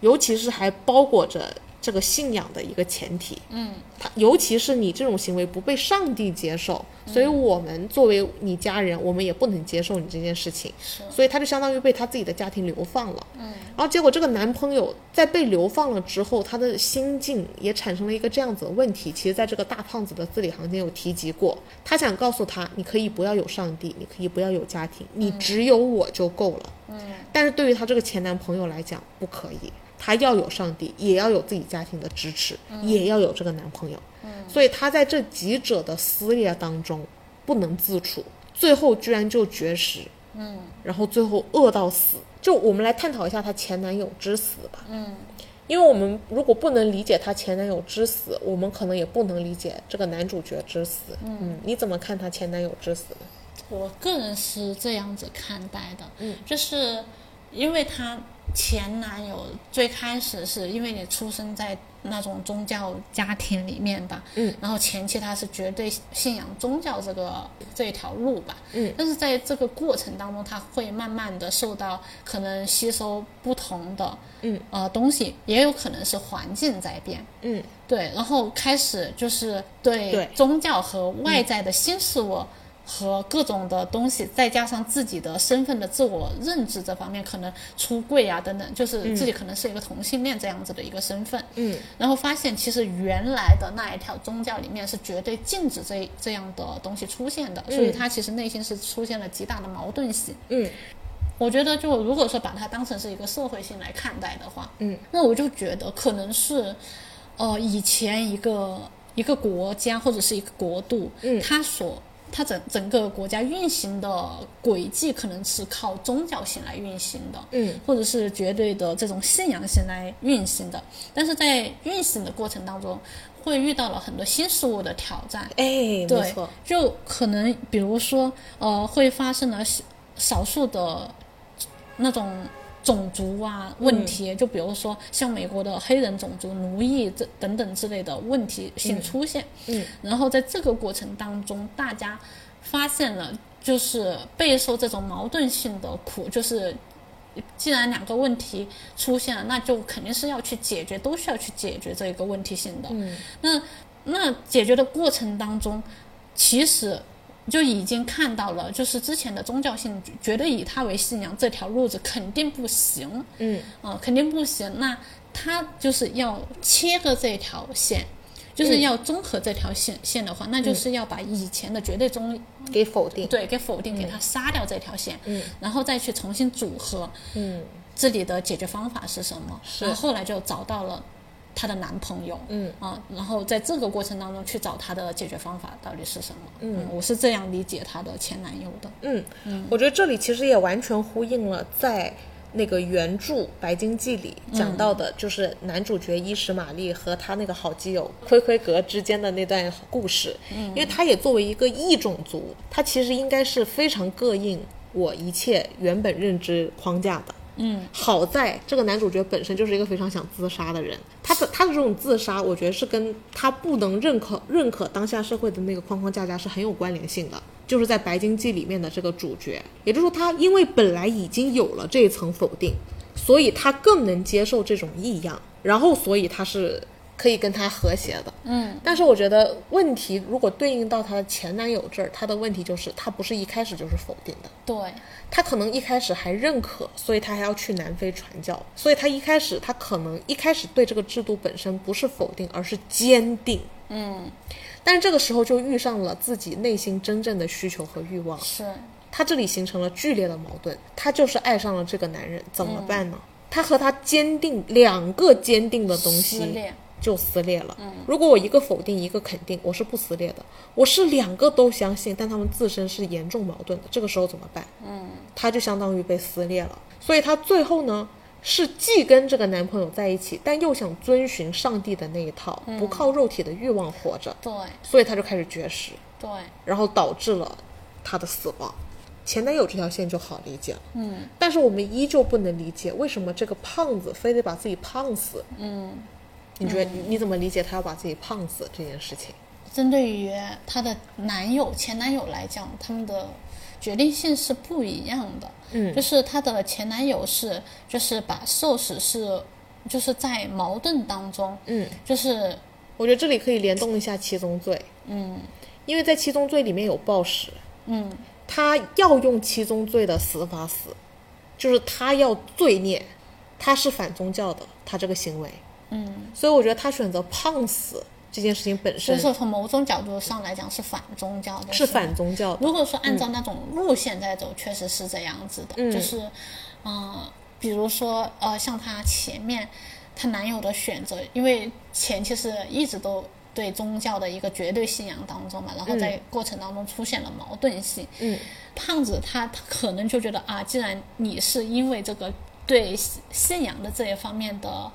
Speaker 1: 尤其是还包裹着这个信仰的一个前提。
Speaker 2: 嗯，
Speaker 1: 他尤其是你这种行为不被上帝接受，所以我们作为你家人，我们也不能接受你这件事情，所以他就相当于被他自己的家庭流放了。嗯，然后结果这个男朋友在被流放了之后，他的心境也产生了一个这样子的问题。其实，在这个大胖子的字里行间有提及过，他想告诉他，你可以不要有上帝，你可以不要有家庭，你只有我就够了。但是对于她这个前男朋友来讲，不可以，她要有上帝，也要有自己家庭的支持，也要有这个男朋友。所以她在这几者的撕裂当中不能自处，最后居然就绝食，嗯，然后最后饿到死。就我们来探讨一下她前男友之死吧，嗯。因为我们如果不能理解她前男友之死，我们可能也不能理解这个男主角之死。嗯，你怎么看她前男友之死呢？
Speaker 2: 我个人是这样子看待的，
Speaker 1: 嗯
Speaker 2: 就是因为她前男友最开始是因为你出生在那种宗教家庭里面吧。
Speaker 1: 嗯，
Speaker 2: 然后前期他是绝对信仰宗教这个这一条路吧。
Speaker 1: 嗯，
Speaker 2: 但是在这个过程当中，他会慢慢的受到可能吸收不同的
Speaker 1: 嗯
Speaker 2: 呃东西，也有可能是环境在变。
Speaker 1: 嗯，
Speaker 2: 对，然后开始就是对
Speaker 1: 对
Speaker 2: 宗教和外在的新事物和各种的东西，再加上自己的身份的自我认知这方面，可能出柜啊等等，就是自己可能是一个同性恋这样子的一个身份。
Speaker 1: 嗯，
Speaker 2: 然后发现其实原来的那一条宗教里面是绝对禁止这这样的东西出现的，所以他其实内心是出现了极大的矛盾性。
Speaker 1: 嗯
Speaker 2: 我觉得，就如果说把它当成是一个社会性来看待的话，
Speaker 1: 嗯，
Speaker 2: 那我就觉得可能是，呃，以前一个一个国家或者是一个国度，
Speaker 1: 嗯
Speaker 2: 它所它整整个国家运行的轨迹，可能是靠宗教性来运行的，
Speaker 1: 嗯
Speaker 2: 或者是绝对的这种信仰性来运行的。但是在运行的过程当中，会遇到了很多新事物的挑战，
Speaker 1: 哎，没
Speaker 2: 对
Speaker 1: 错，，
Speaker 2: 就可能比如说，呃，会发生了少少数的那种种族啊问题，
Speaker 1: 嗯
Speaker 2: 就比如说像美国的黑人种族奴役这等等之类的问题性出现。
Speaker 1: 嗯
Speaker 2: 然后在这个过程当中，大家发现了就是备受这种矛盾性的苦，就是。既然两个问题出现了，那就肯定是要去解决，都需要去解决这一个问题性的。
Speaker 1: 嗯
Speaker 2: 那那解决的过程当中，其实就已经看到了，就是之前的宗教性觉得以它为信仰这条路子肯定不行
Speaker 1: 嗯
Speaker 2: 啊、呃肯定不行。那他就是要切割这条线。就是要综合这条线线的话，那就是要把以前的绝对宗
Speaker 1: 给否定，
Speaker 2: 对给否定，给它杀掉这条线，
Speaker 1: 嗯
Speaker 2: 然后再去重新组合
Speaker 1: 嗯
Speaker 2: 这里的解决方法是什么。
Speaker 1: 是
Speaker 2: 然后后来就找到了她的男朋友，
Speaker 1: 嗯
Speaker 2: 啊，然后在这个过程当中去找他的解决方法到底是什么？啊
Speaker 1: 嗯
Speaker 2: 我是这样理解她的前男友的。
Speaker 1: 嗯，我觉得这里其实也完全呼应了在。那个原著《白鲸记》里讲到的，就是男主角伊什玛丽和他那个好基友奎奎格之间的那段故事。嗯，因为他也作为一个异种族，他其实应该是非常膈应我一切原本认知框架的。
Speaker 2: 嗯
Speaker 1: 好在这个男主角本身就是一个非常想自杀的人，他的他的这种自杀，我觉得是跟他不能认可认可当下社会的那个框框架架是很有关联性的。就是在《白鲸记》里面的这个主角，也就是说，他因为本来已经有了这一层否定，所以他更能接受这种异样，然后所以他是可以跟他和谐的。
Speaker 2: 嗯
Speaker 1: 但是我觉得问题如果对应到她的前男友这儿，她的问题就是她不是一开始就是否定的，
Speaker 2: 对，
Speaker 1: 他可能一开始还认可，所以他还要去南非传教，所以他一开始他可能一开始对这个制度本身不是否定，而是坚定。
Speaker 2: 嗯
Speaker 1: 但是这个时候就遇上了自己内心真正的需求和欲望，
Speaker 2: 是，
Speaker 1: 他这里形成了剧烈的矛盾，他就是爱上了这个男人，怎么办
Speaker 2: 嗯
Speaker 1: 呢？他和他坚定两个坚定的东西
Speaker 2: 撕裂嗯
Speaker 1: 就撕裂了。如果我一个否定一个肯定，我是不撕裂的，我是两个都相信，但他们自身是严重矛盾的，这个时候怎么办？
Speaker 2: 嗯
Speaker 1: 她就相当于被撕裂了。所以她最后呢，是既跟这个男朋友在一起，但又想遵循上帝的那一套，
Speaker 2: 嗯
Speaker 1: 不靠肉体的欲望活着，
Speaker 2: 对
Speaker 1: 所以她就开始绝食，
Speaker 2: 对，
Speaker 1: 然后导致了她的死亡。前男友这条线就好理解了，
Speaker 2: 嗯
Speaker 1: 但是我们依旧不能理解为什么这个胖子非得把自己胖死。
Speaker 2: 嗯。
Speaker 1: 你觉得你你怎么理解他要把自己胖死这件事情？
Speaker 2: 针对于她的男友前男友来讲，他们的决定性是不一样的。
Speaker 1: 嗯
Speaker 2: 就是她的前男友是，就是把受死是，就是在矛盾当中，
Speaker 1: 嗯，
Speaker 2: 就是
Speaker 1: 我觉得这里可以联动一下七宗罪，
Speaker 2: 嗯
Speaker 1: 因为在七宗罪里面有暴食，
Speaker 2: 嗯
Speaker 1: 他要用七宗罪的死法死，就是他要罪孽，他是反宗教的，他这个行为，
Speaker 2: 嗯，
Speaker 1: 所以我觉得他选择胖死这件事情本
Speaker 2: 就
Speaker 1: 身
Speaker 2: 是从某种角度上来讲是反宗教的，
Speaker 1: 是
Speaker 2: 吧
Speaker 1: 反宗教的，
Speaker 2: 如果说按照那种路线在走，确实是这样子的，
Speaker 1: 嗯
Speaker 2: 就是，呃，比如说呃，像她前面她男友的选择，因为前期是一直都对宗教的一个绝对信仰当中嘛，然后在过程当中出现了矛盾性。
Speaker 1: 嗯，
Speaker 2: 胖子他他可能就觉得啊，既然你是因为这个对信信仰的这一方面的。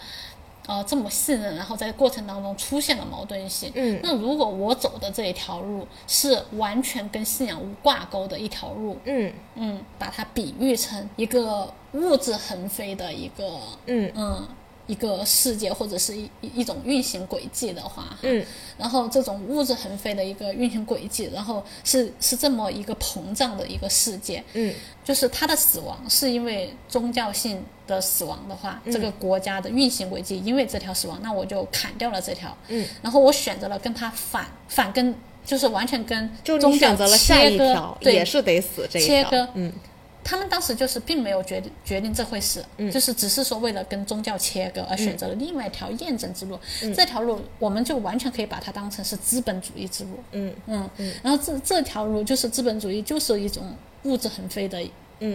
Speaker 2: 呃，这么信任，然后在过程当中出现了矛盾性。
Speaker 1: 嗯
Speaker 2: 那如果我走的这一条路是完全跟信仰无挂钩的一条路，
Speaker 1: 嗯
Speaker 2: 嗯，把它比喻成一个物质横飞的一个
Speaker 1: 嗯
Speaker 2: 嗯一个世界或者是一一种运行轨迹的话，
Speaker 1: 嗯，
Speaker 2: 然后这种物质横飞的一个运行轨迹，然后是是这么一个膨胀的一个世界，
Speaker 1: 嗯，
Speaker 2: 就是他的死亡是因为宗教性的死亡的话，
Speaker 1: 嗯
Speaker 2: 这个国家的运行轨迹因为这条死亡，那我就砍掉了这条，
Speaker 1: 嗯，
Speaker 2: 然后我选择了跟他反反跟。就是完全跟
Speaker 1: 就
Speaker 2: 宗
Speaker 1: 你
Speaker 2: 教
Speaker 1: 选择了下
Speaker 2: 切
Speaker 1: 一
Speaker 2: 割
Speaker 1: 条，
Speaker 2: 对
Speaker 1: 也是得死这一
Speaker 2: 切
Speaker 1: 条。
Speaker 2: 割
Speaker 1: 嗯
Speaker 2: 他们当时就是并没有决定决定这回事，就是只是说为了跟宗教切割而选择了另外一条验证之路。这条路我们就完全可以把它当成是资本主义之路。
Speaker 1: 嗯
Speaker 2: 嗯，然后这这条路就是资本主义，就是一种物质横飞的。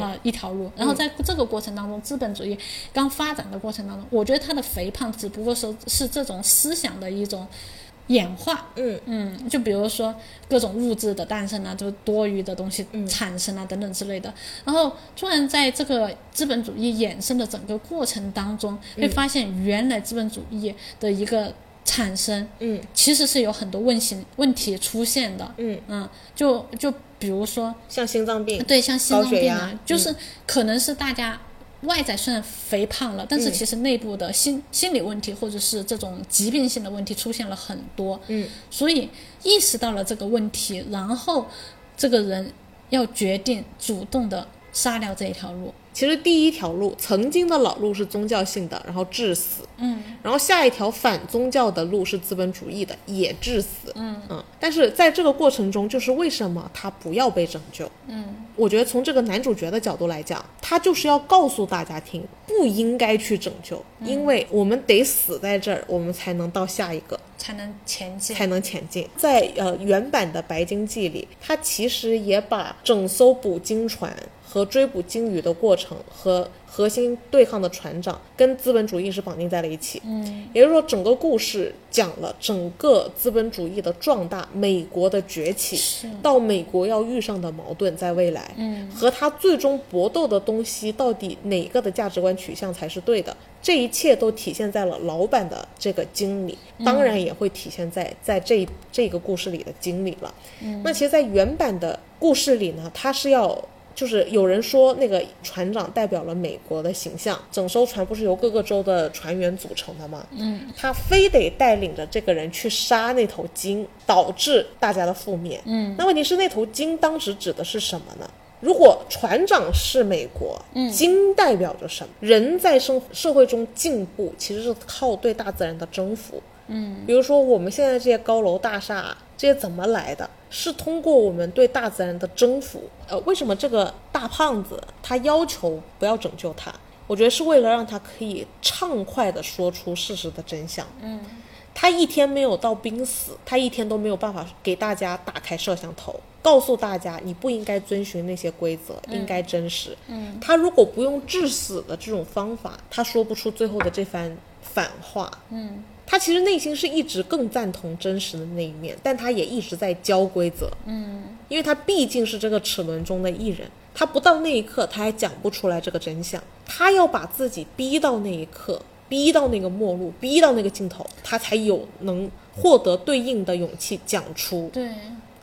Speaker 2: 啊、一条路。然后在这个过程当中，资本主义刚发展的过程当中，我觉得它的肥胖只不过说是这种思想的一种演化。
Speaker 1: 嗯
Speaker 2: 嗯，就比如说各种物质的诞生啊，就多余的东西
Speaker 1: 嗯
Speaker 2: 产生啊等等之类的。然后突然在这个资本主义衍生的整个过程当中，
Speaker 1: 嗯
Speaker 2: 会发现原来资本主义的一个产生，
Speaker 1: 嗯
Speaker 2: 其实是有很多问型问题出现的。
Speaker 1: 嗯，
Speaker 2: 嗯，就就比如说，
Speaker 1: 像心脏病，
Speaker 2: 对，像心
Speaker 1: 高
Speaker 2: 脏
Speaker 1: 血
Speaker 2: 病
Speaker 1: 压嗯
Speaker 2: 啊，就是可能是大家外在虽然肥胖了，但
Speaker 1: 嗯
Speaker 2: 是其实内部的心、心理问题或者是这种疾病性的问题出现了很多。
Speaker 1: 嗯，
Speaker 2: 所以意识到了这个问题，然后这个人要决定主动的杀掉这一条路。
Speaker 1: 其实第一条路曾经的老路是宗教性的，然后致死。
Speaker 2: 嗯，
Speaker 1: 然后下一条反宗教的路是资本主义的，也致死。嗯但是在这个过程中，就是为什么他不要被拯救？
Speaker 2: 嗯，
Speaker 1: 我觉得从这个男主角的角度来讲，他就是要告诉大家听，不应该去拯救，
Speaker 2: 嗯
Speaker 1: 因为我们得死在这儿，我们才能到下一个。
Speaker 2: 才能前进。
Speaker 1: 才能前进。在呃原版的《白鲸记》里，它其实也把整艘捕鲸船和追捕鲸鱼的过程和核心对抗的船长跟资本主义是绑定在了一起。
Speaker 2: 嗯，
Speaker 1: 也就是说，整个故事讲了整个资本主义的壮大，美国的崛起
Speaker 2: 是，
Speaker 1: 到美国要遇上的矛盾，在未来，
Speaker 2: 嗯，
Speaker 1: 和他最终搏斗的东西到底哪个的价值观取向才是对的，这一切都体现在了老板的这个经历，
Speaker 2: 嗯
Speaker 1: 当然也会体现在在这这个故事里的经历了。嗯，那其实，在原版的故事里呢，他是要就是有人说那个船长代表了美国的形象，整艘船不是由各个州的船员组成的吗？嗯，他非得带领着这个人去杀那头鲸，导致大家的覆灭。嗯，那问题是那头鲸当时指的是什么呢？如果船长是美国，鲸代表着什么？人在生社会中进步，其实是靠对大自然的征服。比如说我们现在这些高楼大厦，这些怎么来的？是通过我们对大自然的征服。呃，为什么这个大胖子他要求不要拯救他？我觉得是为了让他可以畅快地说出事实的真相。嗯，他一天没有到濒死，他一天都没有办法给大家打开摄像头，告诉大家你不应该遵循那些规则，应该真实。嗯，他如果不用致死的这种方法，他说不出最后的这番反话。嗯，他其实内心是一直更赞同真实的那一面，但他也一直在教规则。嗯，因为他毕竟是这个齿轮中的一人，他不到那一刻他还讲不出来这个真相，他要把自己逼到那一刻。逼到那个末路，逼到那个尽头，他才有能获得对应的勇气，讲出
Speaker 2: 对，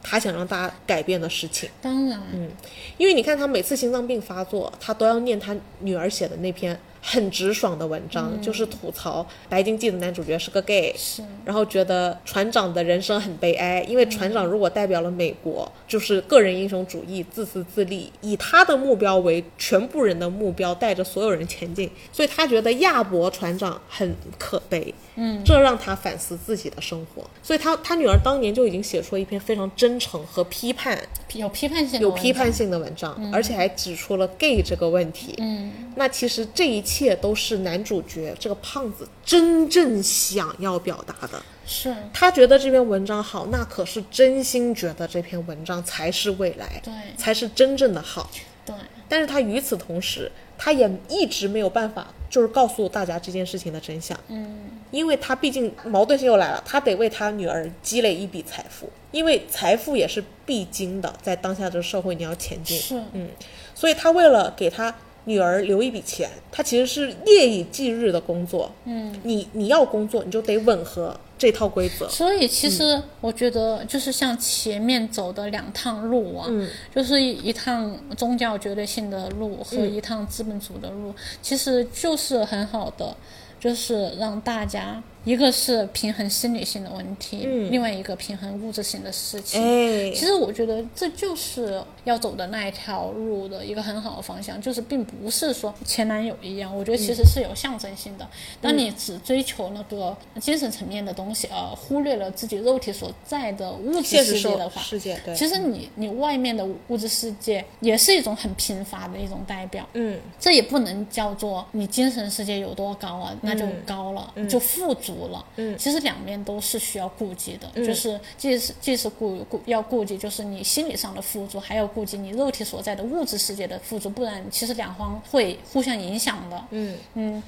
Speaker 1: 他想让大家改变的事情。
Speaker 2: 当然，
Speaker 1: 嗯因为你看他每次心脏病发作，他都要念他女儿写的那篇很直爽的文章，就是吐槽《白鲸记》的男主角是个 gay，
Speaker 2: 是
Speaker 1: 然后觉得船长的人生很悲哀，因为船长如果代表了美国，就是个人英雄主义、自私自利，以他的目标为全部人的目标，带着所有人前进，所以他觉得亚伯船长很可悲，嗯，这让他反思自己的生活，所以他他女儿当年就已经写出了一篇非常真诚和批判
Speaker 2: 有批判性的，
Speaker 1: 有批，判性的文章，而且还指出了 gay 这个问题。
Speaker 2: 嗯，
Speaker 1: 那其实这一切都是男主角这个胖子真正想要表达的。
Speaker 2: 是
Speaker 1: 他觉得这篇文章好，那可是真心觉得这篇文章才是未来，
Speaker 2: 对
Speaker 1: 才是真正的好。
Speaker 2: 对，
Speaker 1: 但是他与此同时，他也一直没有办法，就是告诉大家这件事情的真相。
Speaker 2: 嗯，
Speaker 1: 因为他毕竟矛盾性又来了，他得为他女儿积累一笔财富，因为财富也是必经的，在当下这个社会你要前进，
Speaker 2: 是，
Speaker 1: 嗯，所以他为了给他女儿留一笔钱，他其实是夜以继日的工作，
Speaker 2: 嗯，
Speaker 1: 你你要工作，你就得吻合这套规则，
Speaker 2: 所以其实我觉得，就是像前面走的两趟路啊，就是一一趟宗教绝对性的路和一趟资本主义的路，其实就是很好的就是让大家，一个是平衡心理性的问题，
Speaker 1: 嗯
Speaker 2: 另外一个平衡物质性的事情。
Speaker 1: 哎
Speaker 2: 其实我觉得这就是要走的那一条路的一个很好的方向，就是并不是说前男友一样，我觉得
Speaker 1: 嗯
Speaker 2: 其实是有象征性的。当你只追求那个精神层面的东西，而忽略了自己肉体所在的物质
Speaker 1: 现实
Speaker 2: 世界
Speaker 1: 社
Speaker 2: 的话，
Speaker 1: 世界对，
Speaker 2: 其实你你外面的物质世界也是一种很贫乏的一种代表。
Speaker 1: 嗯，
Speaker 2: 这也不能叫做你精神世界有多高啊，那就高了，就富足了。
Speaker 1: 嗯
Speaker 2: 其实两面都是需要顾及的，就是既是既是顾顾要顾及，就是你心理上的富足，还要顾及你肉体所在的物质世界的富足，不然其实两方会互相影响的。
Speaker 1: 嗯
Speaker 2: 嗯。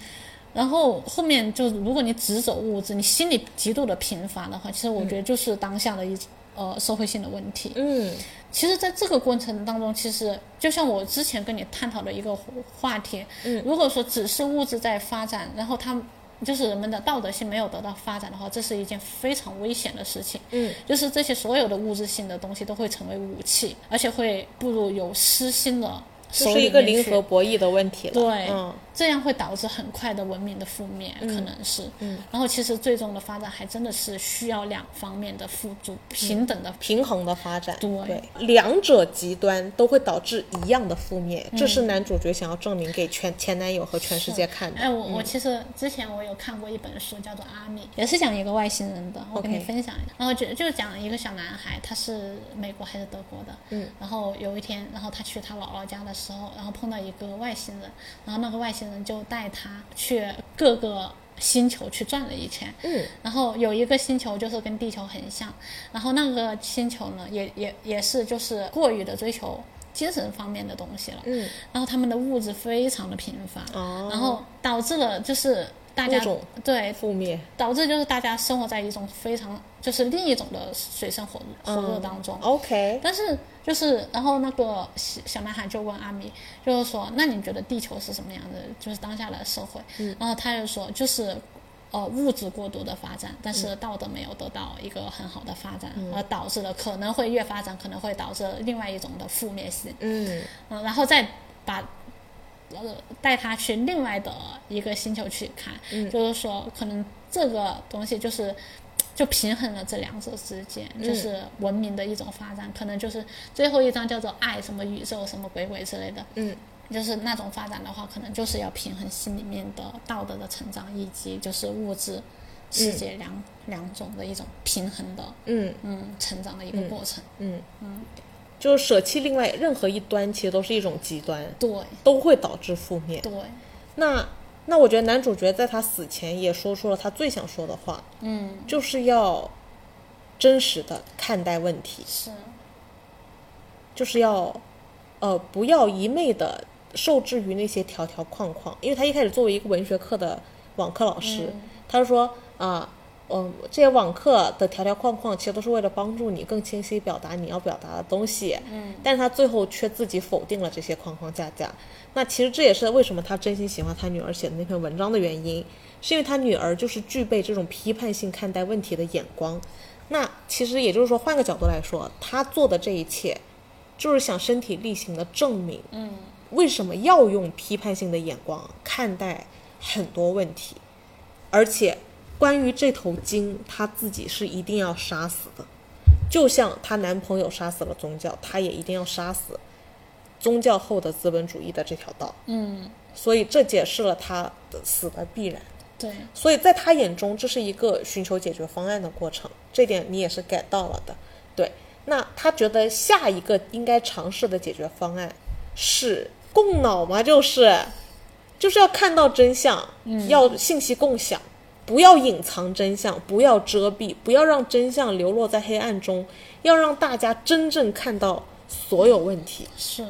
Speaker 2: 然后后面就，如果你只走物质，你心里极度的贫乏的话，其实我觉得就是当下的一、呃社会性的问题。
Speaker 1: 嗯
Speaker 2: 其实，在这个过程当中，其实就像我之前跟你探讨的一个话题，
Speaker 1: 嗯
Speaker 2: 如果说只是物质在发展，然后它就是人们的道德性没有得到发展的话，这是一件非常危险的事情。
Speaker 1: 嗯
Speaker 2: 就是这些所有的物质性的东西都会成为武器，而且会步入有私心的
Speaker 1: 这
Speaker 2: 手
Speaker 1: 是
Speaker 2: 里
Speaker 1: 一个
Speaker 2: 面
Speaker 1: 零
Speaker 2: 去
Speaker 1: 和博弈的问题了，
Speaker 2: 对，
Speaker 1: 嗯
Speaker 2: 这样会导致很快的文明的覆灭，可能是。
Speaker 1: 嗯
Speaker 2: 然后其实最终的发展还真的是需要两方面的互
Speaker 1: 嗯
Speaker 2: 助，平等的
Speaker 1: 平衡的发展，
Speaker 2: 对
Speaker 1: 两者极端都会导致一样的负面，
Speaker 2: 嗯
Speaker 1: 这是男主角想要证明给全前男友和全世界看的。
Speaker 2: 哎，我我其实之前我有看过一本书，叫做《阿米》，也是讲一个外星人的，我给你
Speaker 1: OK
Speaker 2: 分享一下。然后就就讲一个小男孩，他是美国还是德国的，
Speaker 1: 嗯，
Speaker 2: 然后有一天，然后他去他姥姥家的时候，然后碰到一个外星人，然后那个外星人就带他去各个。星球去转了一圈，
Speaker 1: 嗯，
Speaker 2: 然后有一个星球就是跟地球很像，然后那个星球呢，也也也是就是过于的追求精神方面的东西了，
Speaker 1: 嗯，
Speaker 2: 然后他们的物质非常的贫乏，
Speaker 1: 哦
Speaker 2: 然后导致了就是大家
Speaker 1: 物种
Speaker 2: 对，
Speaker 1: 负面，
Speaker 2: 导致就是大家生活在一种非常就是另一种的水深火火热当中。
Speaker 1: 嗯 OK，
Speaker 2: 但是就是，然后那个小小男孩就问阿米，就是说，那你觉得地球是什么样的？就是当下的社会。
Speaker 1: 嗯
Speaker 2: 然后他就说，就是，呃，物质过度的发展，
Speaker 1: 嗯
Speaker 2: 但是道德没有得到一个很好的发展，而导致了可能会越发展，可能会导致另外一种的负面性。
Speaker 1: 嗯
Speaker 2: 嗯，然后再把呃带他去另外的一个星球去看，就是说可能这个东西就是。就平衡了这两者之间，就是文明的一种发展，可能就是最后一章叫做“爱”什么宇宙什么鬼鬼之类的，
Speaker 1: 嗯
Speaker 2: 就是那种发展的话，可能就是要平衡心里面的道德的成长以及就是物质世界两、两种的一种平衡的
Speaker 1: 嗯
Speaker 2: 嗯成长的一个过程。
Speaker 1: 嗯嗯，就是舍弃另外任何一端，其实都是一种极端，
Speaker 2: 对
Speaker 1: 都会导致负面。
Speaker 2: 对，
Speaker 1: 那那我觉得男主角在他死前也说出了他最想说的话，
Speaker 2: 嗯
Speaker 1: 就是要真实的看待问题，
Speaker 2: 是
Speaker 1: 就是要呃不要一昧的受制于那些条条框框，因为他一开始作为一个文学课的网课老师，他就说啊。嗯，这些网课的条条框框其实都是为了帮助你更清晰表达你要表达的东西，
Speaker 2: 嗯
Speaker 1: 但是他最后却自己否定了这些框框架架。那其实这也是为什么他真心喜欢他女儿写的那篇文章的原因，是因为他女儿就是具备这种批判性看待问题的眼光。那其实也就是说，换个角度来说，他做的这一切，就是想身体力行的证明
Speaker 2: 嗯
Speaker 1: 为什么要用批判性的眼光看待很多问题，而且关于这头鲸，他自己是一定要杀死的，就像她男朋友杀死了宗教，她也一定要杀死宗教后的资本主义的这条道，
Speaker 2: 嗯，
Speaker 1: 所以这解释了她的死的必然。
Speaker 2: 对。
Speaker 1: 所以在他眼中，这是一个寻求解决方案的过程，这点你也是 get 到了的。对，那他觉得下一个应该尝试的解决方案是共脑吗？就是，就是要看到真相，
Speaker 2: 嗯
Speaker 1: 要信息共享，不要隐藏真相，不要遮蔽，不要让真相流落在黑暗中，要让大家真正看到所有问题。
Speaker 2: 是，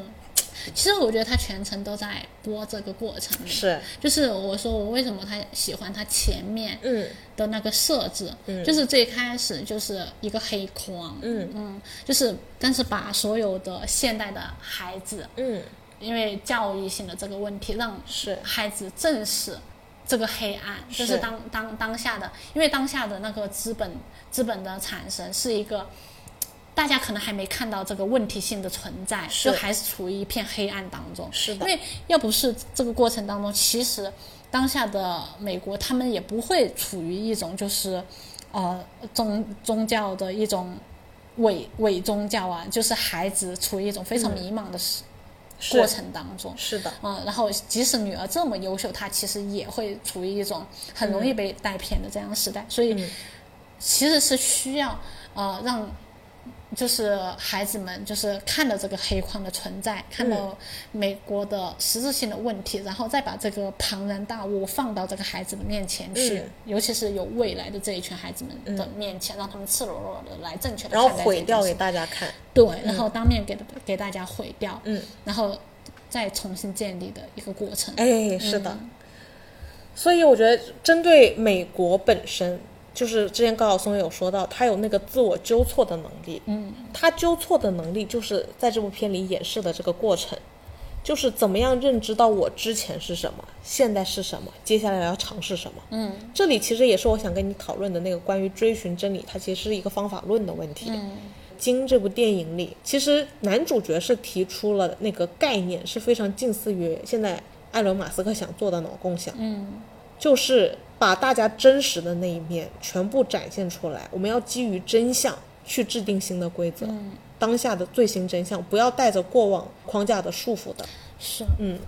Speaker 2: 其实我觉得他全程都在播这个过程，
Speaker 1: 是，
Speaker 2: 就是我说我为什么他喜欢他前面
Speaker 1: 嗯
Speaker 2: 的那个设置，就是最开始就是一个黑框，
Speaker 1: 嗯
Speaker 2: 就是但是把所有的现代的孩子，
Speaker 1: 嗯，
Speaker 2: 因为教育性的这个问题，让
Speaker 1: 是
Speaker 2: 孩子正视这个黑暗，就是是当当当下的，因为当下的那个资本资本的产生是一个。大家可能还没看到这个问题性的存在，
Speaker 1: 是
Speaker 2: 就还是处于一片黑暗当中。
Speaker 1: 是的
Speaker 2: 因为要不是这个过程当中，其实当下的美国，他们也不会处于一种就是呃宗宗教的一种伪伪宗教啊，就是孩子处于一种非常迷茫的时
Speaker 1: 嗯是
Speaker 2: 过程当中。
Speaker 1: 是的，
Speaker 2: 嗯，然后即使女儿这么优秀，她其实也会处于一种很容易被带偏的这样的时代，所以
Speaker 1: 嗯
Speaker 2: 其实是需要呃让就是孩子们就是看到这个黑框的存在，看
Speaker 1: 嗯
Speaker 2: 到美国的实质性的问题，然后再把这个庞然大物放到这个孩子的面前去，
Speaker 1: 嗯
Speaker 2: 尤其是有未来的这一群孩子们的面前，让他们赤裸裸的来正确的
Speaker 1: 然后
Speaker 2: 看待这
Speaker 1: 毁
Speaker 2: 件
Speaker 1: 掉嗯
Speaker 2: 事
Speaker 1: 给大家看，
Speaker 2: 对，然后当面给的给大家毁掉，
Speaker 1: 嗯，
Speaker 2: 然后再重新建立的一个过程。
Speaker 1: 哎，是的。所以我觉得，针对美国本身，就是之前高晓松有说到，他有那个自我纠错的能力。嗯，他纠错的能力就是在这部片里演示的这个过程，就是怎么样认知到我之前是什么，现在是什么，接下来要尝试什么。嗯，这里其实也是我想跟你讨论的那个关于追寻真理，它其实是一个方法论的问题。经这部电影里，其实男主角是提出了那个概念，是非常近似于现在埃隆·马斯克想做的脑共享，嗯，就是把大家真实的那一面全部展现出来。我们要基于真相去制定新的规则，当下的最新真相，不要带着过往框架的束缚的。
Speaker 2: 是，
Speaker 1: 嗯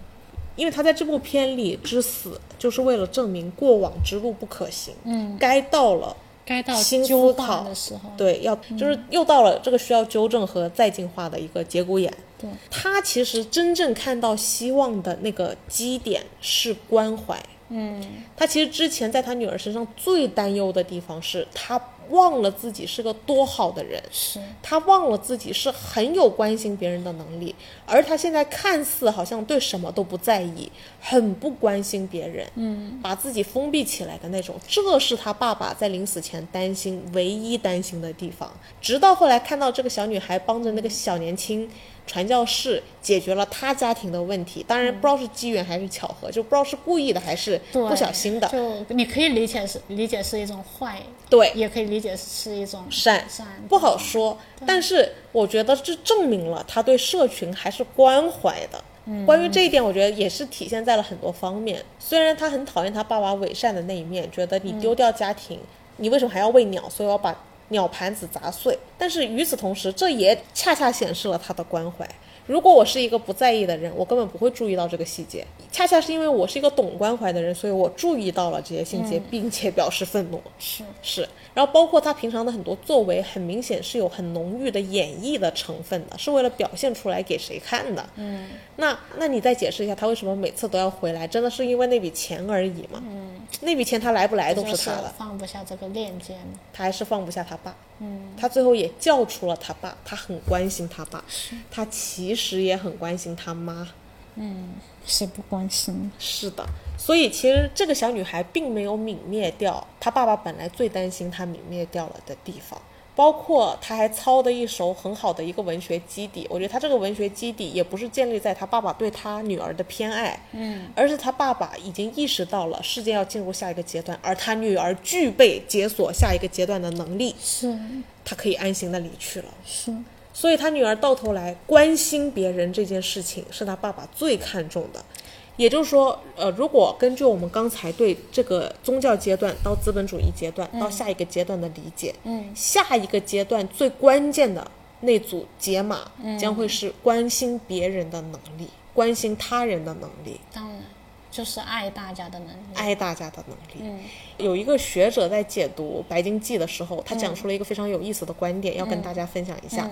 Speaker 1: 因为他在这部片里之死，就是为了证明过往之路不可行，嗯，该到了。
Speaker 2: 该到
Speaker 1: 新
Speaker 2: 纠
Speaker 1: 思
Speaker 2: 缠
Speaker 1: 考
Speaker 2: 的时候，
Speaker 1: 对，要
Speaker 2: 嗯
Speaker 1: 就是又到了这个需要纠正和再进化的一个节骨眼。
Speaker 2: 对
Speaker 1: 他其实真正看到希望的那个基点是关怀。
Speaker 2: 嗯，
Speaker 1: 他其实之前在他女儿身上最担忧的地方是，他忘了自己是个多好的人，
Speaker 2: 是，
Speaker 1: 他忘了自己是很有关心别人的能力，而他现在看似好像对什么都不在意，很不关心别人，嗯，把自己封闭起来的那种，这是他爸爸在临死前担心唯一担心的地方。直到后来看到这个小女孩帮着那个小年轻传教士解决了他家庭的问题，当然不知道是机缘还是巧合，就不知道是故意的还是
Speaker 2: 对，
Speaker 1: 不小心的，
Speaker 2: 就你可以理解是理解是一种坏，
Speaker 1: 对，
Speaker 2: 也可以理解是一种
Speaker 1: 善
Speaker 2: 善，
Speaker 1: 不好说，但是我觉得这证明了他对社群还是关怀的。关于这一点，我觉得也是体现在了很多方面。虽然他很讨厌他爸爸伪善的那一面，觉得你丢掉家庭，你为什么还要喂鸟？所以我要把鸟盘子砸碎。但是与此同时，这也恰恰显示了他的关怀。如果我是一个不在意的人，我根本不会注意到这个细节。恰恰是因为我是一个懂关怀的人，所以我注意到了这些细节，并且表示愤怒。
Speaker 2: 是，
Speaker 1: 是，然后包括他平常的很多作为，很明显是有很浓郁的演绎的成分的，是为了表现出来给谁看的。嗯，那那你再解释一下，他为什么每次都要回来？真的是因为那笔钱而已吗？嗯，那笔钱他来不来都
Speaker 2: 就是
Speaker 1: 他的，
Speaker 2: 放不下这个链接嘛，
Speaker 1: 他还是放不下他爸。嗯，他最后也叫出了他爸，他很关心他爸，他其实也很关心他妈。
Speaker 2: 谁不关心？
Speaker 1: 是的，所以其实这个小女孩并没有泯灭掉她爸爸本来最担心她泯灭掉了的地方，包括她还操的一手很好的一个文学基底。我觉得她这个文学基底也不是建立在她爸爸对她女儿的偏爱，嗯，而是她爸爸已经意识到了世界要进入下一个阶段，而她女儿具备解锁下一个阶段的能力，
Speaker 2: 是
Speaker 1: 她可以安心的离去了。
Speaker 2: 是，
Speaker 1: 所以他女儿到头来关心别人这件事情是他爸爸最看重的。也就是说，呃，如果根据我们刚才对这个宗教阶段到资本主义阶段到下一个阶段的理解，嗯，下一个阶段最关键的那组解码将会是关心别人的能力，关心他人的能力。
Speaker 2: 当然就是爱大家的能力，
Speaker 1: 爱大家的能力。有一个学者在解读《白鲸记》的时候，他讲出了一个非常有意思的观点，要跟大家分享一下。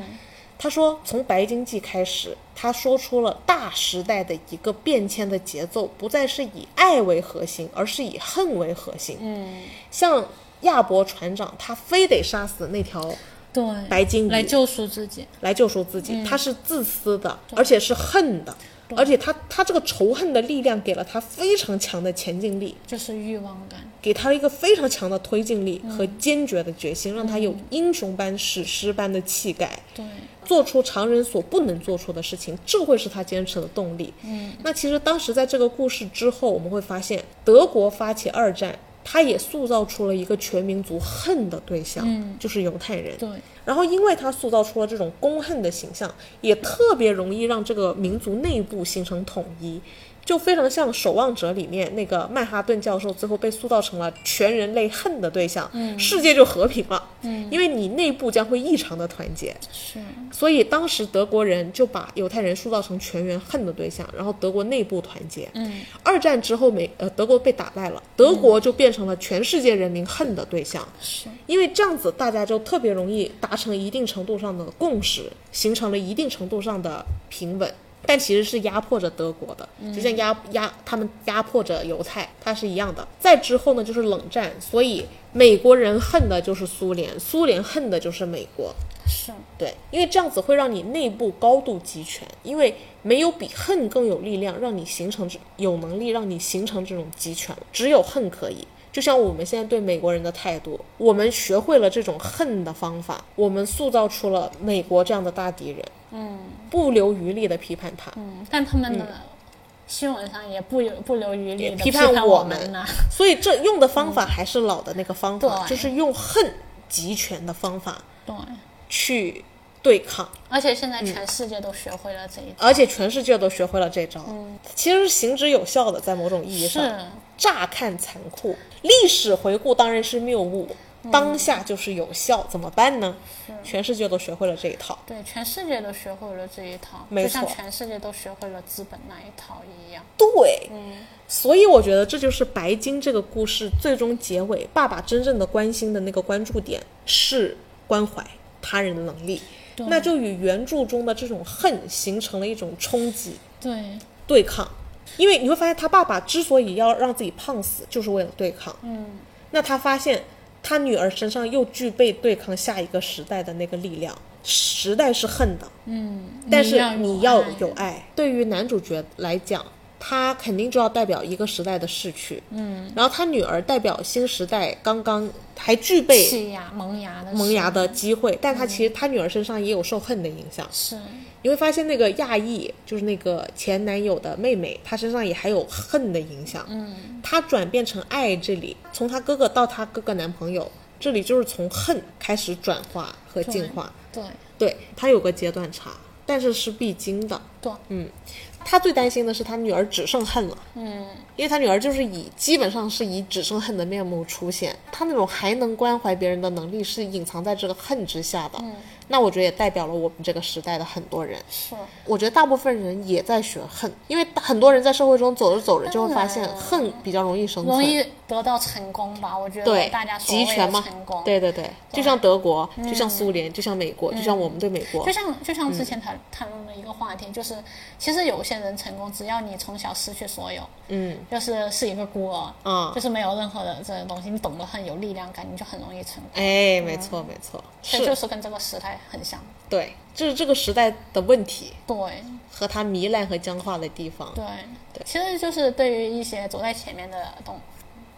Speaker 1: 他说，从《白鲸记》开始，他说出了大时代的一个变迁的节奏，不再是以爱为核心，而是以恨为核心。嗯，像亚伯船长，他非得杀死那条
Speaker 2: 对，
Speaker 1: 白金鱼
Speaker 2: 来救赎自己，
Speaker 1: 来救赎自己，他是自私的，而且是恨的，而且他他这个仇恨的力量给了他非常强的前进力。
Speaker 2: 就是欲望感，
Speaker 1: 给他一个非常强的推进力和坚决的决心，让他有英雄般、史诗般的气概，
Speaker 2: 对，
Speaker 1: 做出常人所不能做出的事情，这会是他坚持的动力。嗯，那其实当时在这个故事之后，我们会发现德国发起二战，他也塑造出了一个全民族恨的对象，就是犹太人。
Speaker 2: 对，
Speaker 1: 然后因为他塑造出了这种公恨的形象，也特别容易让这个民族内部形成统一。就非常像《守望者》里面那个曼哈顿教授，最后被塑造成了全人类恨的对象，嗯、世界就和平了。嗯，因为你内部将会异常的团结，
Speaker 2: 是
Speaker 1: 所以当时德国人就把犹太人塑造成全员恨的对象，然后德国内部团结。嗯，二战之后美呃德国被打败了，德国就变成了全世界人民恨的对象，
Speaker 2: 是，
Speaker 1: 因为这样子大家就特别容易达成一定程度上的共识，形成了一定程度上的平稳。但其实是压迫着德国的，就像压压他们压迫着犹太，它是一样的。再之后呢，就是冷战，所以美国人恨的就是苏联，苏联恨的就是美国。
Speaker 2: 是，
Speaker 1: 对，因为这样子会让你内部高度集权，因为没有比恨更有力量，让你形成这有能力让你形成这种集权了，只有恨可以。就像我们现在对美国人的态度，我们学会了这种恨的方法，我们塑造出了美国这样的大敌人，
Speaker 2: 嗯
Speaker 1: 不留余力的批判他。
Speaker 2: 嗯，但他们的新闻上也不有不留余力
Speaker 1: 也
Speaker 2: 的
Speaker 1: 批判
Speaker 2: 判
Speaker 1: 我
Speaker 2: 们
Speaker 1: 们 (laughs)
Speaker 2: 呢。
Speaker 1: 所以这用的方法还是老的那个方法，
Speaker 2: 对
Speaker 1: 就是用恨集权的方法
Speaker 2: 对，
Speaker 1: 去对抗，
Speaker 2: 而且现在
Speaker 1: 嗯
Speaker 2: 全世界都学会了这一点。
Speaker 1: 而且全世界都学会了这招，其实是行之有效的，在某种意义上，
Speaker 2: 是，
Speaker 1: 乍看残酷，历史回顾当然是谬误，当下就是有效，怎么办呢？全世界都学会了这一套。
Speaker 2: 对，全世界都学会了这一套，
Speaker 1: 没
Speaker 2: 就像
Speaker 1: 错
Speaker 2: 全世界都学会了资本那一套一样。
Speaker 1: 对，所以我觉得这就是白金这个故事最终结尾，爸爸真正的关心的那个关注点是关怀他人的能力，那就与原著中的这种恨形成了一种冲击
Speaker 2: 对，
Speaker 1: 对抗。因为你会发现，他爸爸之所以要让自己胖死，就是为了对抗。
Speaker 2: 嗯，
Speaker 1: 那他发现他女儿身上又具备对抗下一个时代的那个力量，时代是恨的，
Speaker 2: 嗯，
Speaker 1: 但是你要
Speaker 2: 爱
Speaker 1: 有爱。对于男主角来讲，他肯定就要代表一个时代的逝去，嗯，然后他女儿代表新时代刚刚还具备
Speaker 2: 气芽萌芽的
Speaker 1: 萌芽
Speaker 2: 时
Speaker 1: 的机会，但他其实他女儿身上也有受恨的影响。
Speaker 2: 是
Speaker 1: 你会发现那个亚裔，就是那个前男友的妹妹，她身上也还有恨的影响。嗯，她转变成爱这里，从她哥哥到她哥哥男朋友，这里就是从恨开始转化和进化。
Speaker 2: 对
Speaker 1: 对，她有个阶段差，但是是必经的。
Speaker 2: 对，
Speaker 1: 嗯，她最担心的是她女儿只剩恨了。
Speaker 2: 嗯，
Speaker 1: 因为她女儿就是以基本上是以只剩恨的面目出现，她那种还能关怀别人的能力是隐藏在这个恨之下的。那我觉得也代表了我们这个时代的很多人。
Speaker 2: 是
Speaker 1: 我觉得大部分人也在学恨，因为很多人在社会中走着走着就会发现
Speaker 2: 当然
Speaker 1: 恨比较容易生
Speaker 2: 嗯容
Speaker 1: 存，
Speaker 2: 易得到成功吧？我觉得
Speaker 1: 对
Speaker 2: 大家，所
Speaker 1: 集
Speaker 2: 谓
Speaker 1: 权
Speaker 2: 的
Speaker 1: 嘛
Speaker 2: 成功，，嗯
Speaker 1: 对对对，就像德国，就像苏联，就像美国，就像我们对美国
Speaker 2: 就，像就像之前谈谈论的一个话题，就是其实有些人成功，只要你从小失去所有，
Speaker 1: 嗯
Speaker 2: 就是是一个孤儿，
Speaker 1: 啊
Speaker 2: 就是没有任何的这种东西，你懂得很有力量感，你就很容易成功。
Speaker 1: 哎，没错没错，
Speaker 2: 所以就是是跟这个时代很像。
Speaker 1: 对，这是这个时代的问题
Speaker 2: 对
Speaker 1: 和它糜烂和僵化的地方，
Speaker 2: 对其实就是对于一些走在前面的东，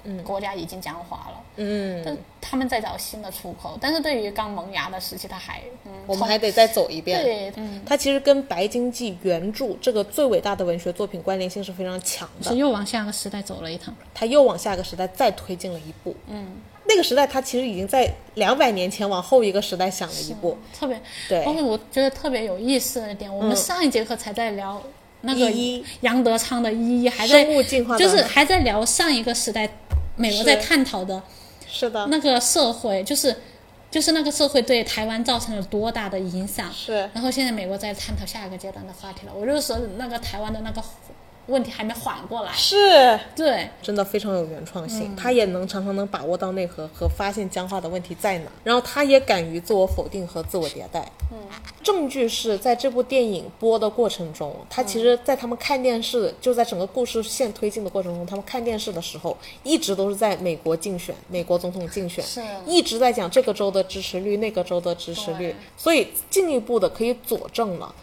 Speaker 2: 嗯，国家已经僵化了，
Speaker 1: 嗯，
Speaker 2: 但他们在找新的出口。但是对于刚萌芽的时期，他还嗯，
Speaker 1: 我们还得再走一遍，
Speaker 2: 对，嗯，
Speaker 1: 它其实跟《白鲸记》原著这个最伟大的文学作品关联性是非常强的，
Speaker 2: 又往下个时代走了一趟。
Speaker 1: 他又往下个时代再推进了一步。嗯，那个时代他其实已经在两百年前往后一个时代想了一步。
Speaker 2: 特别，
Speaker 1: 对嗯
Speaker 2: 而且我觉得特别有意思的一点，我们上一节课才在聊那个
Speaker 1: 一一
Speaker 2: 杨德昌的一一，还在
Speaker 1: 生物进化的
Speaker 2: 就是还在聊上一个时代美国在探讨的
Speaker 1: 是的，
Speaker 2: 那个社会，就是就是那个社会对台湾造成了多大的影响。
Speaker 1: 是
Speaker 2: 然后现在美国在探讨下一个阶段的话题了，我就说那个台湾的那个问题还没缓过来，
Speaker 1: 是，
Speaker 2: 对，
Speaker 1: 真的非常有原创性。他也能常常能把握到内核和发现僵化的问题在哪，然后他也敢于自我否定和自我迭代。嗯，证据是在这部电影播的过程中，他其实，在他们看电视，就在整个故事线推进的过程中，他们看电视的时候，一直都是在美国竞选，美国总统竞选，
Speaker 2: 是
Speaker 1: 一直在讲这个州的支持率，那个州的支持率
Speaker 2: 对，
Speaker 1: 所以进一步的可以佐证了。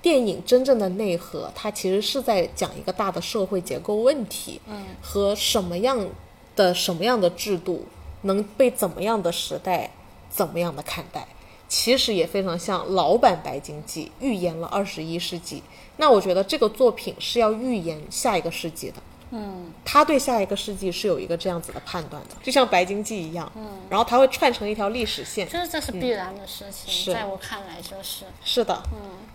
Speaker 1: 电影真正的内核，它其实是在讲一个大的社会结构问题，嗯，和什么样的什么样的制度能被怎么样的时代怎么样的看待，其实也非常像老版《白鲸记》预言了二十一世纪。那我觉得这个作品是要预言下一个世纪的，
Speaker 2: 嗯
Speaker 1: 他对下一个世纪是有一个这样子的判断的，就像白鲸记一样，然后他会串成一条历史线。
Speaker 2: 就是这是必然的事情，
Speaker 1: 嗯是
Speaker 2: 在我看来就是，
Speaker 1: 是的，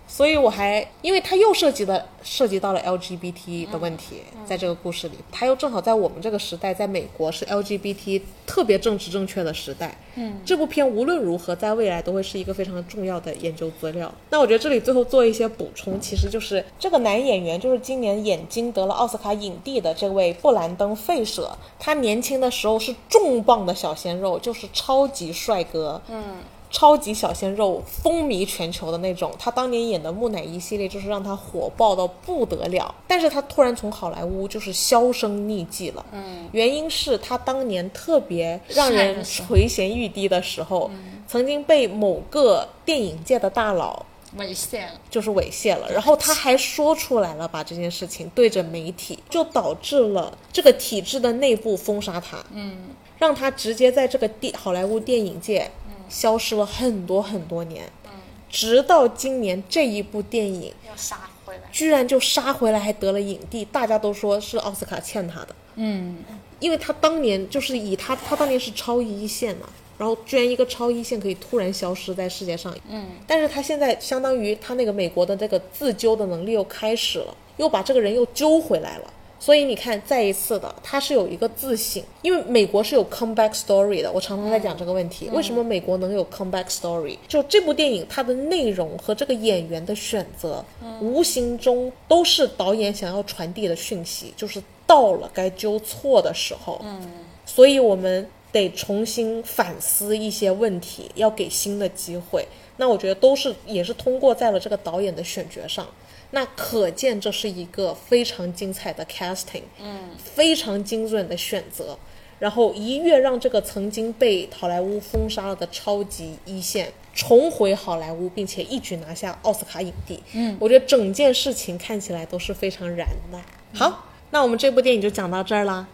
Speaker 1: 所以我还因为它又涉及的涉及到了 LGBT 的问题，在这个故事里，它又正好在我们这个时代，在美国是 LGBT 特别政治正确的时代。嗯，这部片无论如何，在未来都会是一个非常重要的研究资料。那我觉得这里最后做一些补充，其实就是这个男演员，就是今年眼睛得了奥斯卡影帝的这位布兰登·费舍，他年轻的时候是重磅的小鲜肉，就是超级帅哥。嗯。超级小鲜肉风靡全球的那种。他当年演的《木乃伊》系列就是让他火爆到不得了，但是他突然从好莱坞就是销声匿迹了。嗯，原因是他当年特别让
Speaker 2: 帅的
Speaker 1: 人
Speaker 2: 时候
Speaker 1: 垂涎欲滴的时候，曾经被某个电影界的大佬
Speaker 2: 猥亵了。
Speaker 1: 就是猥亵了，然后他还说出来了，把这件事情对着媒体，就导致了这个体制的内部封杀他，嗯，让他直接在这个电好莱坞电影界消失了很多很多年，嗯，直到今年这一部电影
Speaker 2: 要杀回来。
Speaker 1: 居然就杀回来，还得了影帝，大家都说是奥斯卡欠他的，
Speaker 2: 嗯，
Speaker 1: 因为他当年就是以他，他当年是超一线嘛，然后居然一个超一线可以突然消失在世界上，嗯，但是他现在相当于他那个美国的这个自救的能力又开始了，又把这个人又揪回来了。所以你看，再一次的，他是有一个自省，因为美国是有 comeback story 的。我常常在讲这个问题，为什么美国能有 comeback story？就这部电影它的内容和这个演员的选择，无形中都是导演想要传递的讯息，就是到了该纠错的时候，所以我们得重新反思一些问题，要给新的机会。那我觉得都是也是通过在了这个导演的选角上，那可见这是一个非常精彩的 casting，嗯，非常精准的选择。然后一跃让这个曾经被好莱坞封杀了的超级一线重回好莱坞，并且一举拿下奥斯卡影帝。嗯，我觉得整件事情看起来都是非常燃的。好，那我们这部电影就讲到这儿啦。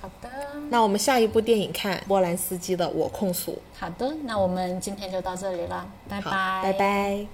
Speaker 2: 好的，
Speaker 1: 那我们下一部电影看波兰斯基的《我控诉
Speaker 2: 好的，那我们今天就到这里了，拜》，
Speaker 1: 好，
Speaker 2: 拜
Speaker 1: 拜拜